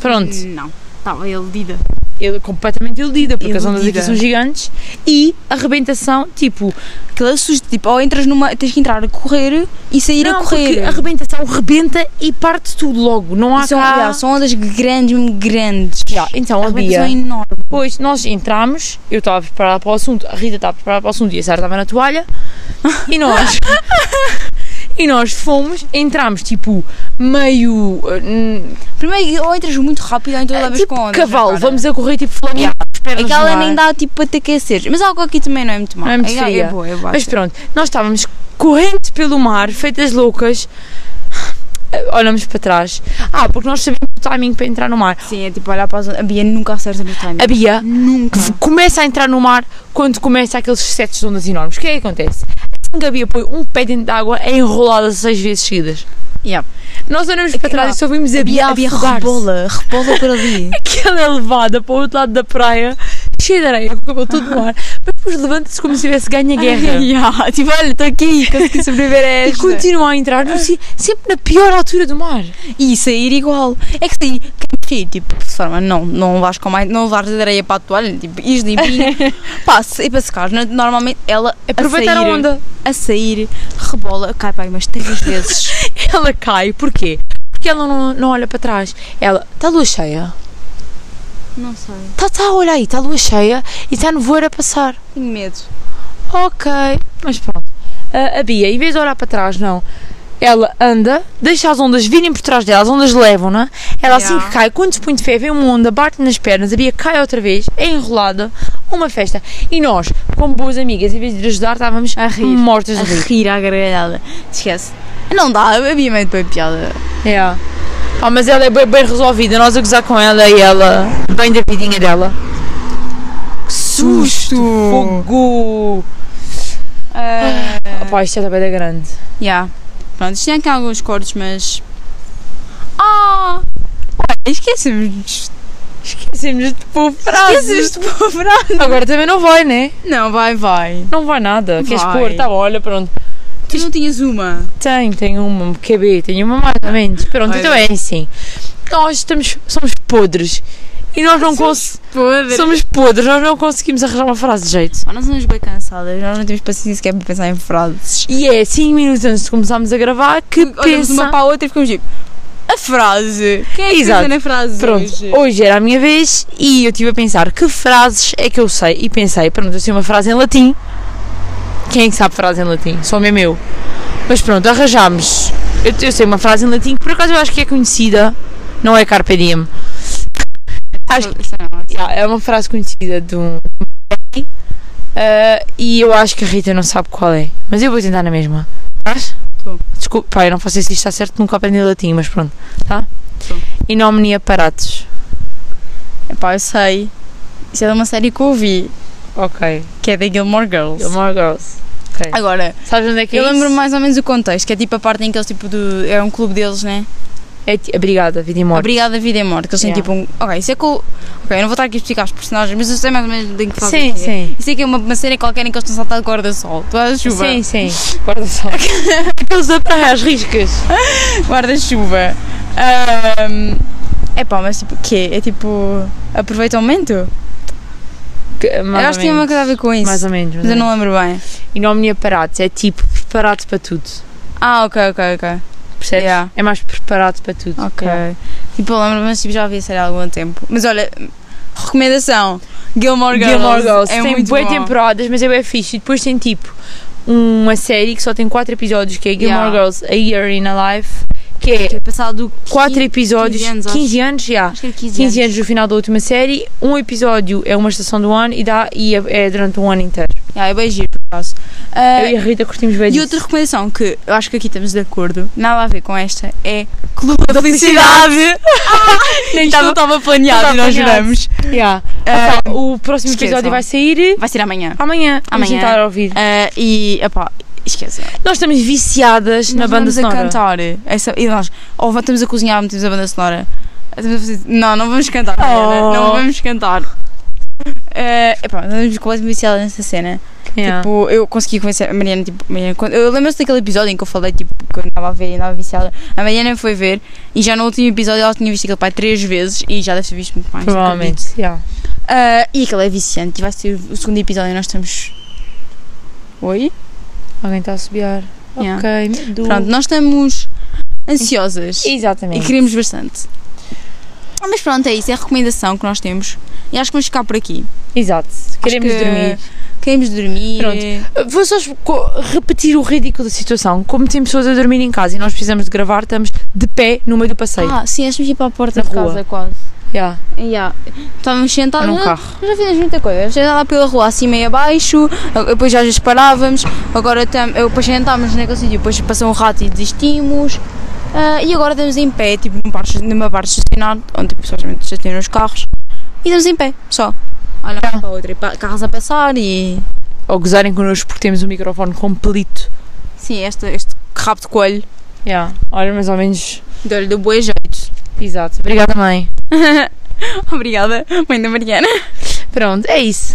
Speaker 1: Pronto.
Speaker 2: não. Estava iludida.
Speaker 1: Eu completamente iludida, porque as ondas
Speaker 2: Iludida.
Speaker 1: aqui são gigantes. E arrebentação, tipo...
Speaker 2: Aquele susto, tipo, ou entras numa. tens que entrar a correr e sair a
Speaker 1: não, porque
Speaker 2: correr.
Speaker 1: arrebentação rebenta e parte tudo logo. Não há
Speaker 2: São,
Speaker 1: cá...
Speaker 2: yeah, são ondas grandes, mesmo grandes.
Speaker 1: Já, então, a
Speaker 2: São
Speaker 1: Bia...
Speaker 2: enormes.
Speaker 1: Depois nós entramos, eu estava preparada para o assunto, a Rita estava preparada para o assunto e a Sara estava na toalha. E nós. e nós fomos, entramos tipo meio. eh, hum,
Speaker 2: Primeiro, ou entras muito rápido, ou então levas
Speaker 1: tipo
Speaker 2: com ondas. na
Speaker 1: cavalo,
Speaker 2: cara.
Speaker 1: vamos a correr tipo flamingo. pernas no
Speaker 2: Aquela
Speaker 1: ar.
Speaker 2: nem dá tipo para te aquecer. Mas algo aqui também não é muito mal.
Speaker 1: Não é muito
Speaker 2: é,
Speaker 1: fria.
Speaker 2: boa, é boa.
Speaker 1: Mas pronto, nós estávamos correntes pelo mar, feitas loucas. Eh, Olhamos para trás. Ah, porque nós sabemos o timing para entrar no mar.
Speaker 2: Sim, é tipo olhar para as ondas. A Bia nunca acerta no timing.
Speaker 1: A Bia
Speaker 2: Nunca.
Speaker 1: que começa a entrar no mar quando começa aqueles sete de ondas enormes. O que é que acontece? Assim que a Bia põe um pé dentro de água é enrolada seis vezes seguidas.
Speaker 2: Yeah.
Speaker 1: Nós olhamos para trás e só vimos a Bia,
Speaker 2: a Bia
Speaker 1: afogar-se.
Speaker 2: rebola, rebola por ali.
Speaker 1: Que ela é levada para o outro lado da praia, cheia de areia, com o cabelo todo no ar, mas depois levanta-se como se tivesse ganho a guerra.
Speaker 2: Yeah, tipo, olha, estou aqui, consegui sobreviver a
Speaker 1: E
Speaker 2: esta.
Speaker 1: continua a entrar no si- sempre na pior altura do mar.
Speaker 2: E sair igual. É que sair, quem fio, tipo, de forma, não, não vais com mais, não vais de areia para a toalha, tipo, ires limpinha. Pá, se- e para secar, no- normalmente ela
Speaker 1: Aproveitar
Speaker 2: a,
Speaker 1: a,
Speaker 2: sair,
Speaker 1: onda.
Speaker 2: A sair, rebola, cai para aí umas três vezes.
Speaker 1: Ela cai, porquê? Porque ela não, não olha para trás. Ela, está a lua cheia?
Speaker 2: Não sei.
Speaker 1: Está, está, Tá, olha aí, está a lua cheia e está a nevoeiro a passar.
Speaker 2: Tenho medo.
Speaker 1: Ok, mas pronto. A, a Bia, em vez de olhar para trás, não. Ela anda, deixa as ondas virem por trás dela, as ondas levam, né? Ela assim
Speaker 2: Yeah.
Speaker 1: que cai, quando se põe de fé, vem uma onda, bate nas pernas, a Bia cai outra vez, é enrolada, uma festa. E nós, como boas amigas, em vez de lhe ajudar, estávamos
Speaker 2: A rir.
Speaker 1: mortas
Speaker 2: A
Speaker 1: de rir.
Speaker 2: rir à gargalhada. Esquece. Não dá, a Bia mete bem piada.
Speaker 1: Yeah. Ah, mas ela é bem, bem resolvida, nós a gozar com ela e ela bem da vidinha dela. Que susto! Fogo!
Speaker 2: Ah,
Speaker 1: Opa, isto é da beira grande.
Speaker 2: yeah. Pronto, isto tem aqui alguns cortes, mas. Ah! Olha, esquecemos.
Speaker 1: Esquecemos de pôr frases.
Speaker 2: Esquecemos de pôr a frase.
Speaker 1: Agora também não vai, né?
Speaker 2: Não, vai, vai.
Speaker 1: Não vai nada. Queres
Speaker 2: Vai.
Speaker 1: pôr? Tá, bom, olha, pronto.
Speaker 2: Tu não tinhas uma?
Speaker 1: Tem, tem uma QB, tem uma mais ou menos. Pronto,
Speaker 2: Olha.
Speaker 1: então é assim. Nós estamos, somos podres. E nós não conseguimos.
Speaker 2: Podre.
Speaker 1: Somos podres, nós não conseguimos arranjar uma frase de jeito.
Speaker 2: nós andamos bem cansadas, nós não temos paciência sequer para pensar em frases. Tipo,
Speaker 1: E é 5 minutos antes de começarmos a gravar que
Speaker 2: Olhamos
Speaker 1: pensa.
Speaker 2: uma para a outra e ficamos tipo, a frase. Quem é que
Speaker 1: Exato.
Speaker 2: pensa na frase
Speaker 1: Pronto,
Speaker 2: hoje?
Speaker 1: hoje é- era a minha vez e eu estive a pensar que frases é que eu sei. E pensei, pronto, eu sei uma frase em latim. Quem é que sabe frase em latim? Só mesmo eu. Mas pronto, arranjámos. Eu, eu sei uma frase em latim que por acaso eu acho que é conhecida. Não é Carpe Diem. Acho que
Speaker 2: Isso não, isso não.
Speaker 1: yeah, é uma frase conhecida de um. Ah, e eu acho que a Rita não sabe qual é. Mas eu vou tentar na mesma. Estás?
Speaker 2: Estou.
Speaker 1: Desculpa, pá, eu não posso sei se isto está certo, nunca aprendi latim, mas pronto. Tá?
Speaker 2: Estou.
Speaker 1: E nomini aparatos.
Speaker 2: Epá, eu sei. Isso é de uma série que eu ouvi,
Speaker 1: Ok.
Speaker 2: que é da Gilmore Girls.
Speaker 1: Gilmore Girls. Ok.
Speaker 2: Agora,
Speaker 1: Sabes onde é que
Speaker 2: eu
Speaker 1: é
Speaker 2: lembro
Speaker 1: isso?
Speaker 2: mais ou menos o contexto, que é tipo a parte em que eles tipo do. É um clube deles, né?
Speaker 1: É ti- obrigada, vida e morte.
Speaker 2: Obrigada, vida e morte. Que eles têm
Speaker 1: Yeah.
Speaker 2: tipo um. Ok, isso é que o. Ok, eu não vou estar aqui a explicar os personagens, mas eu sei mais ou menos de que falo.
Speaker 1: Sim, sim.
Speaker 2: Isso é que é uma, uma cena qualquer em que eles estão a saltar de guarda-sol. Guarda-chuva.
Speaker 1: Sim, sim. Guarda-sol. Aqueles da praia, as riscas.
Speaker 2: Guarda-chuva. Ahm, É pá, mas tipo, o quê? É tipo. Aproveita o momento?
Speaker 1: Que- mais
Speaker 2: eu
Speaker 1: ou
Speaker 2: acho que tinha uma
Speaker 1: menos.
Speaker 2: coisa a ver com isso.
Speaker 1: Mais ou menos.
Speaker 2: mas eu não lembro bem.
Speaker 1: E nome aparados é tipo preparado para tudo.
Speaker 2: Ah, ok, ok, ok.
Speaker 1: Percebes?
Speaker 2: Yeah.
Speaker 1: É mais preparado para tudo.
Speaker 2: Ok.
Speaker 1: Yeah.
Speaker 2: Tipo, eu lembro, mas tipo, já ouvi a série há algum tempo. Mas olha, recomendação: Gilmore Girls.
Speaker 1: Gilmore Girls.
Speaker 2: É
Speaker 1: tem
Speaker 2: muito
Speaker 1: boas
Speaker 2: bom.
Speaker 1: temporadas, mas é bem fixe. E depois tem tipo uma série que só tem 4 episódios, que é Gilmore
Speaker 2: Yeah.
Speaker 1: Girls A Year in a Life, que é
Speaker 2: Que é passado
Speaker 1: 4 episódios,
Speaker 2: 15 anos,
Speaker 1: 15
Speaker 2: acho.
Speaker 1: anos, já.
Speaker 2: Acho que é 15,
Speaker 1: 15 anos do final da última série, um episódio é uma estação do ano e, dá, e é, é durante um ano inteiro.
Speaker 2: Ah, é bem giro, por acaso. Ah,
Speaker 1: Eu e a Rita curtimos bem
Speaker 2: e
Speaker 1: disso.
Speaker 2: outra recomendação que eu acho que aqui estamos de acordo, nada a ver com esta, é Clube da Felicidade. Nem
Speaker 1: estava-
Speaker 2: estava
Speaker 1: estava
Speaker 2: planeado e
Speaker 1: planeado.
Speaker 2: nós juramos.
Speaker 1: Yeah.
Speaker 2: Ah,
Speaker 1: Então, o próximo
Speaker 2: esqueçam.
Speaker 1: episódio vai sair
Speaker 2: vai ser amanhã.
Speaker 1: amanhã. Vamos
Speaker 2: Amanhã.
Speaker 1: tentar ouvir.
Speaker 2: Ah, e, epá, esquece.
Speaker 1: Nós estamos viciadas na
Speaker 2: Nós
Speaker 1: banda
Speaker 2: vamos
Speaker 1: sonora.
Speaker 2: a cantar. Essa, e nós, ou estamos a cozinhar, metemos a banda sonora. Estamos a fazer- Não, não vamos cantar, Mariana,
Speaker 1: Oh.
Speaker 2: não vamos cantar. É epá, nós estamos completamente viciadas nessa cena.
Speaker 1: Yeah.
Speaker 2: Tipo, eu consegui convencer a Mariana, tipo, Mariana, quando- eu lembro-se daquele episódio em que eu falei, tipo, que eu andava a ver e andava viciada. A Mariana foi ver e já no último episódio ela tinha visto aquele pai três vezes e já deve ter visto muito mais.
Speaker 1: Provavelmente. yeah.
Speaker 2: acredito. Ah, e aquele é viciante. E vai ser o segundo episódio e nós estamos. Oi?
Speaker 1: Alguém está a subiar.
Speaker 2: Yeah.
Speaker 1: Ok, me dou.
Speaker 2: Pronto, nós estamos ansiosas e
Speaker 1: Exatamente.
Speaker 2: queremos bastante. Ah, Mas pronto, é isso, é a recomendação que nós temos. E acho que vamos ficar por aqui.
Speaker 1: Exato. Queremos
Speaker 2: que-
Speaker 1: dormir.
Speaker 2: Queremos dormir.
Speaker 1: Pronto. Vou só co- repetir o ridículo da situação. Como tem pessoas a dormir em casa e nós precisamos de gravar, estamos de pé no meio do passeio.
Speaker 2: Ah, sim, acho que ir para a porta
Speaker 1: Na
Speaker 2: de
Speaker 1: rua.
Speaker 2: casa quase.
Speaker 1: Yeah.
Speaker 2: Yeah. Estávamos sentados.
Speaker 1: Num
Speaker 2: mas-
Speaker 1: carro.
Speaker 2: mas Já fizemos muita coisa. Já andava pela rua acima e abaixo, a- depois já às vezes parávamos, agora tam, eu- depois sentámos naquele sítio, depois passou um rato e desistimos. Ah, e agora estamos em pé, tipo num parque, numa parte estacionada, onde pessoas geralmente estacionam os carros, e estamos em pé, só. Olha um para a outra, e pa- carros a passar e.
Speaker 1: Ou gozarem connosco porque temos o microfone completo.
Speaker 2: Sim, este, este rabo de coelho,
Speaker 1: Yeah. Olha, mais ou menos.
Speaker 2: de olho do boi jeito.
Speaker 1: Exato. Obrigada, mãe.
Speaker 2: Obrigada, mãe da Mariana.
Speaker 1: Pronto, é isso.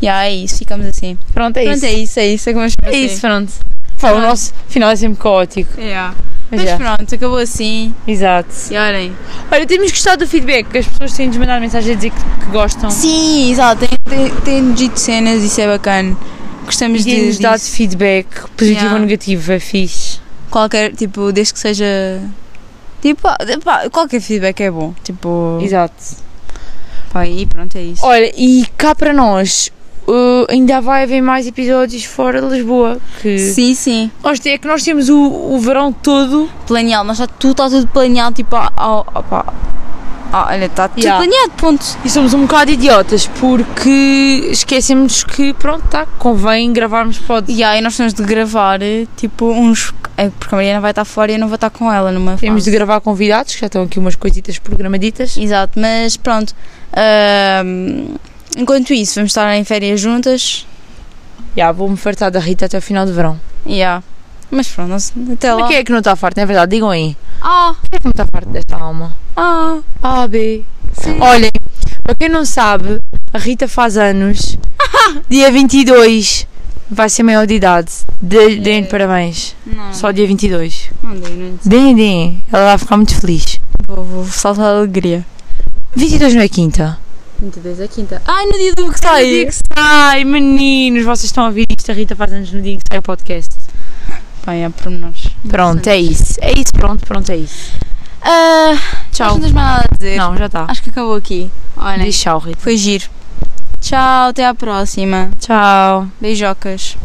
Speaker 2: E é isso, ficamos assim.
Speaker 1: Pronto, é
Speaker 2: Pronto,
Speaker 1: isso.
Speaker 2: é isso, é isso, é como eu
Speaker 1: É isso, pronto. Pá, o
Speaker 2: Pronto.
Speaker 1: nosso final é sempre caótico.
Speaker 2: Yeah.
Speaker 1: Mas
Speaker 2: Mas
Speaker 1: já.
Speaker 2: pronto, acabou assim.
Speaker 1: Exato.
Speaker 2: E olhem.
Speaker 1: Olha, temos gostado do feedback, que as pessoas têm-nos mandado mensagem a dizer que, que gostam.
Speaker 2: Sim, exato, tem, tem, tem dito cenas, isso é bacana. Gostamos
Speaker 1: E nos
Speaker 2: de
Speaker 1: dado
Speaker 2: disso.
Speaker 1: feedback, positivo
Speaker 2: Yeah.
Speaker 1: ou negativo, é fixe.
Speaker 2: qualquer, tipo, desde que seja. Tipo, pá, qualquer feedback é bom. Tipo,
Speaker 1: Exato.
Speaker 2: pá, e pronto, é isso.
Speaker 1: Olha, e cá para nós, uh, ainda vai haver mais episódios fora de Lisboa. Que
Speaker 2: Sim, sim.
Speaker 1: Nós, te- é que nós temos o, o verão todo.
Speaker 2: Planeado, nós já tudo está tudo planeado, tipo, ao, ao, ao, pá. Ah, olha, está tudo
Speaker 1: Yeah.
Speaker 2: planeado, ponto.
Speaker 1: E somos um bocado idiotas porque esquecemos que, pronto, tá, convém gravarmos pod.
Speaker 2: E aí nós temos de gravar, eh, tipo, uns. é, Porque a Mariana vai estar fora e eu não vou estar com ela numa
Speaker 1: Temos
Speaker 2: fase.
Speaker 1: de gravar convidados, que já estão aqui umas coisitas programaditas.
Speaker 2: Exato, mas pronto. ahm, enquanto isso, vamos estar em férias juntas.
Speaker 1: Já, ah, vou-me fartar da Rita até o final do verão.
Speaker 2: Yeah. Mas pronto, nós- até
Speaker 1: Mas
Speaker 2: lá.
Speaker 1: quem é que não está farto? É verdade, digam aí.
Speaker 2: Ah,
Speaker 1: Quem é que não está farto desta alma?
Speaker 2: ah,
Speaker 1: A, B.
Speaker 2: sim.
Speaker 1: Olhem, para quem não sabe, a Rita faz anos. dia 22 vai ser maior de idade. De- Deem-lhe parabéns.
Speaker 2: Não,
Speaker 1: Só dia 22.
Speaker 2: não dei, não dei.
Speaker 1: Deem, deem. Ela vai ficar muito feliz.
Speaker 2: Vou, vou saltar a alegria.
Speaker 1: 22 não é quinta.
Speaker 2: 22 é quinta. Ai, no dia do que
Speaker 1: No dia
Speaker 2: sai.
Speaker 1: que sai, meninos, vocês estão a ouvir isto. A Rita faz anos no dia em que sai o podcast.
Speaker 2: Bem, há pormenores.
Speaker 1: Pronto, é isso. É isso, pronto, pronto, é isso.
Speaker 2: Ah, acho
Speaker 1: Tchau.
Speaker 2: que não Ah, é. tens mais nada a dizer.
Speaker 1: Não, já está.
Speaker 2: Acho que acabou aqui. Olhem,
Speaker 1: Diz tchau, Rita.
Speaker 2: foi giro. Tchau, até à próxima.
Speaker 1: Tchau.
Speaker 2: Beijocas.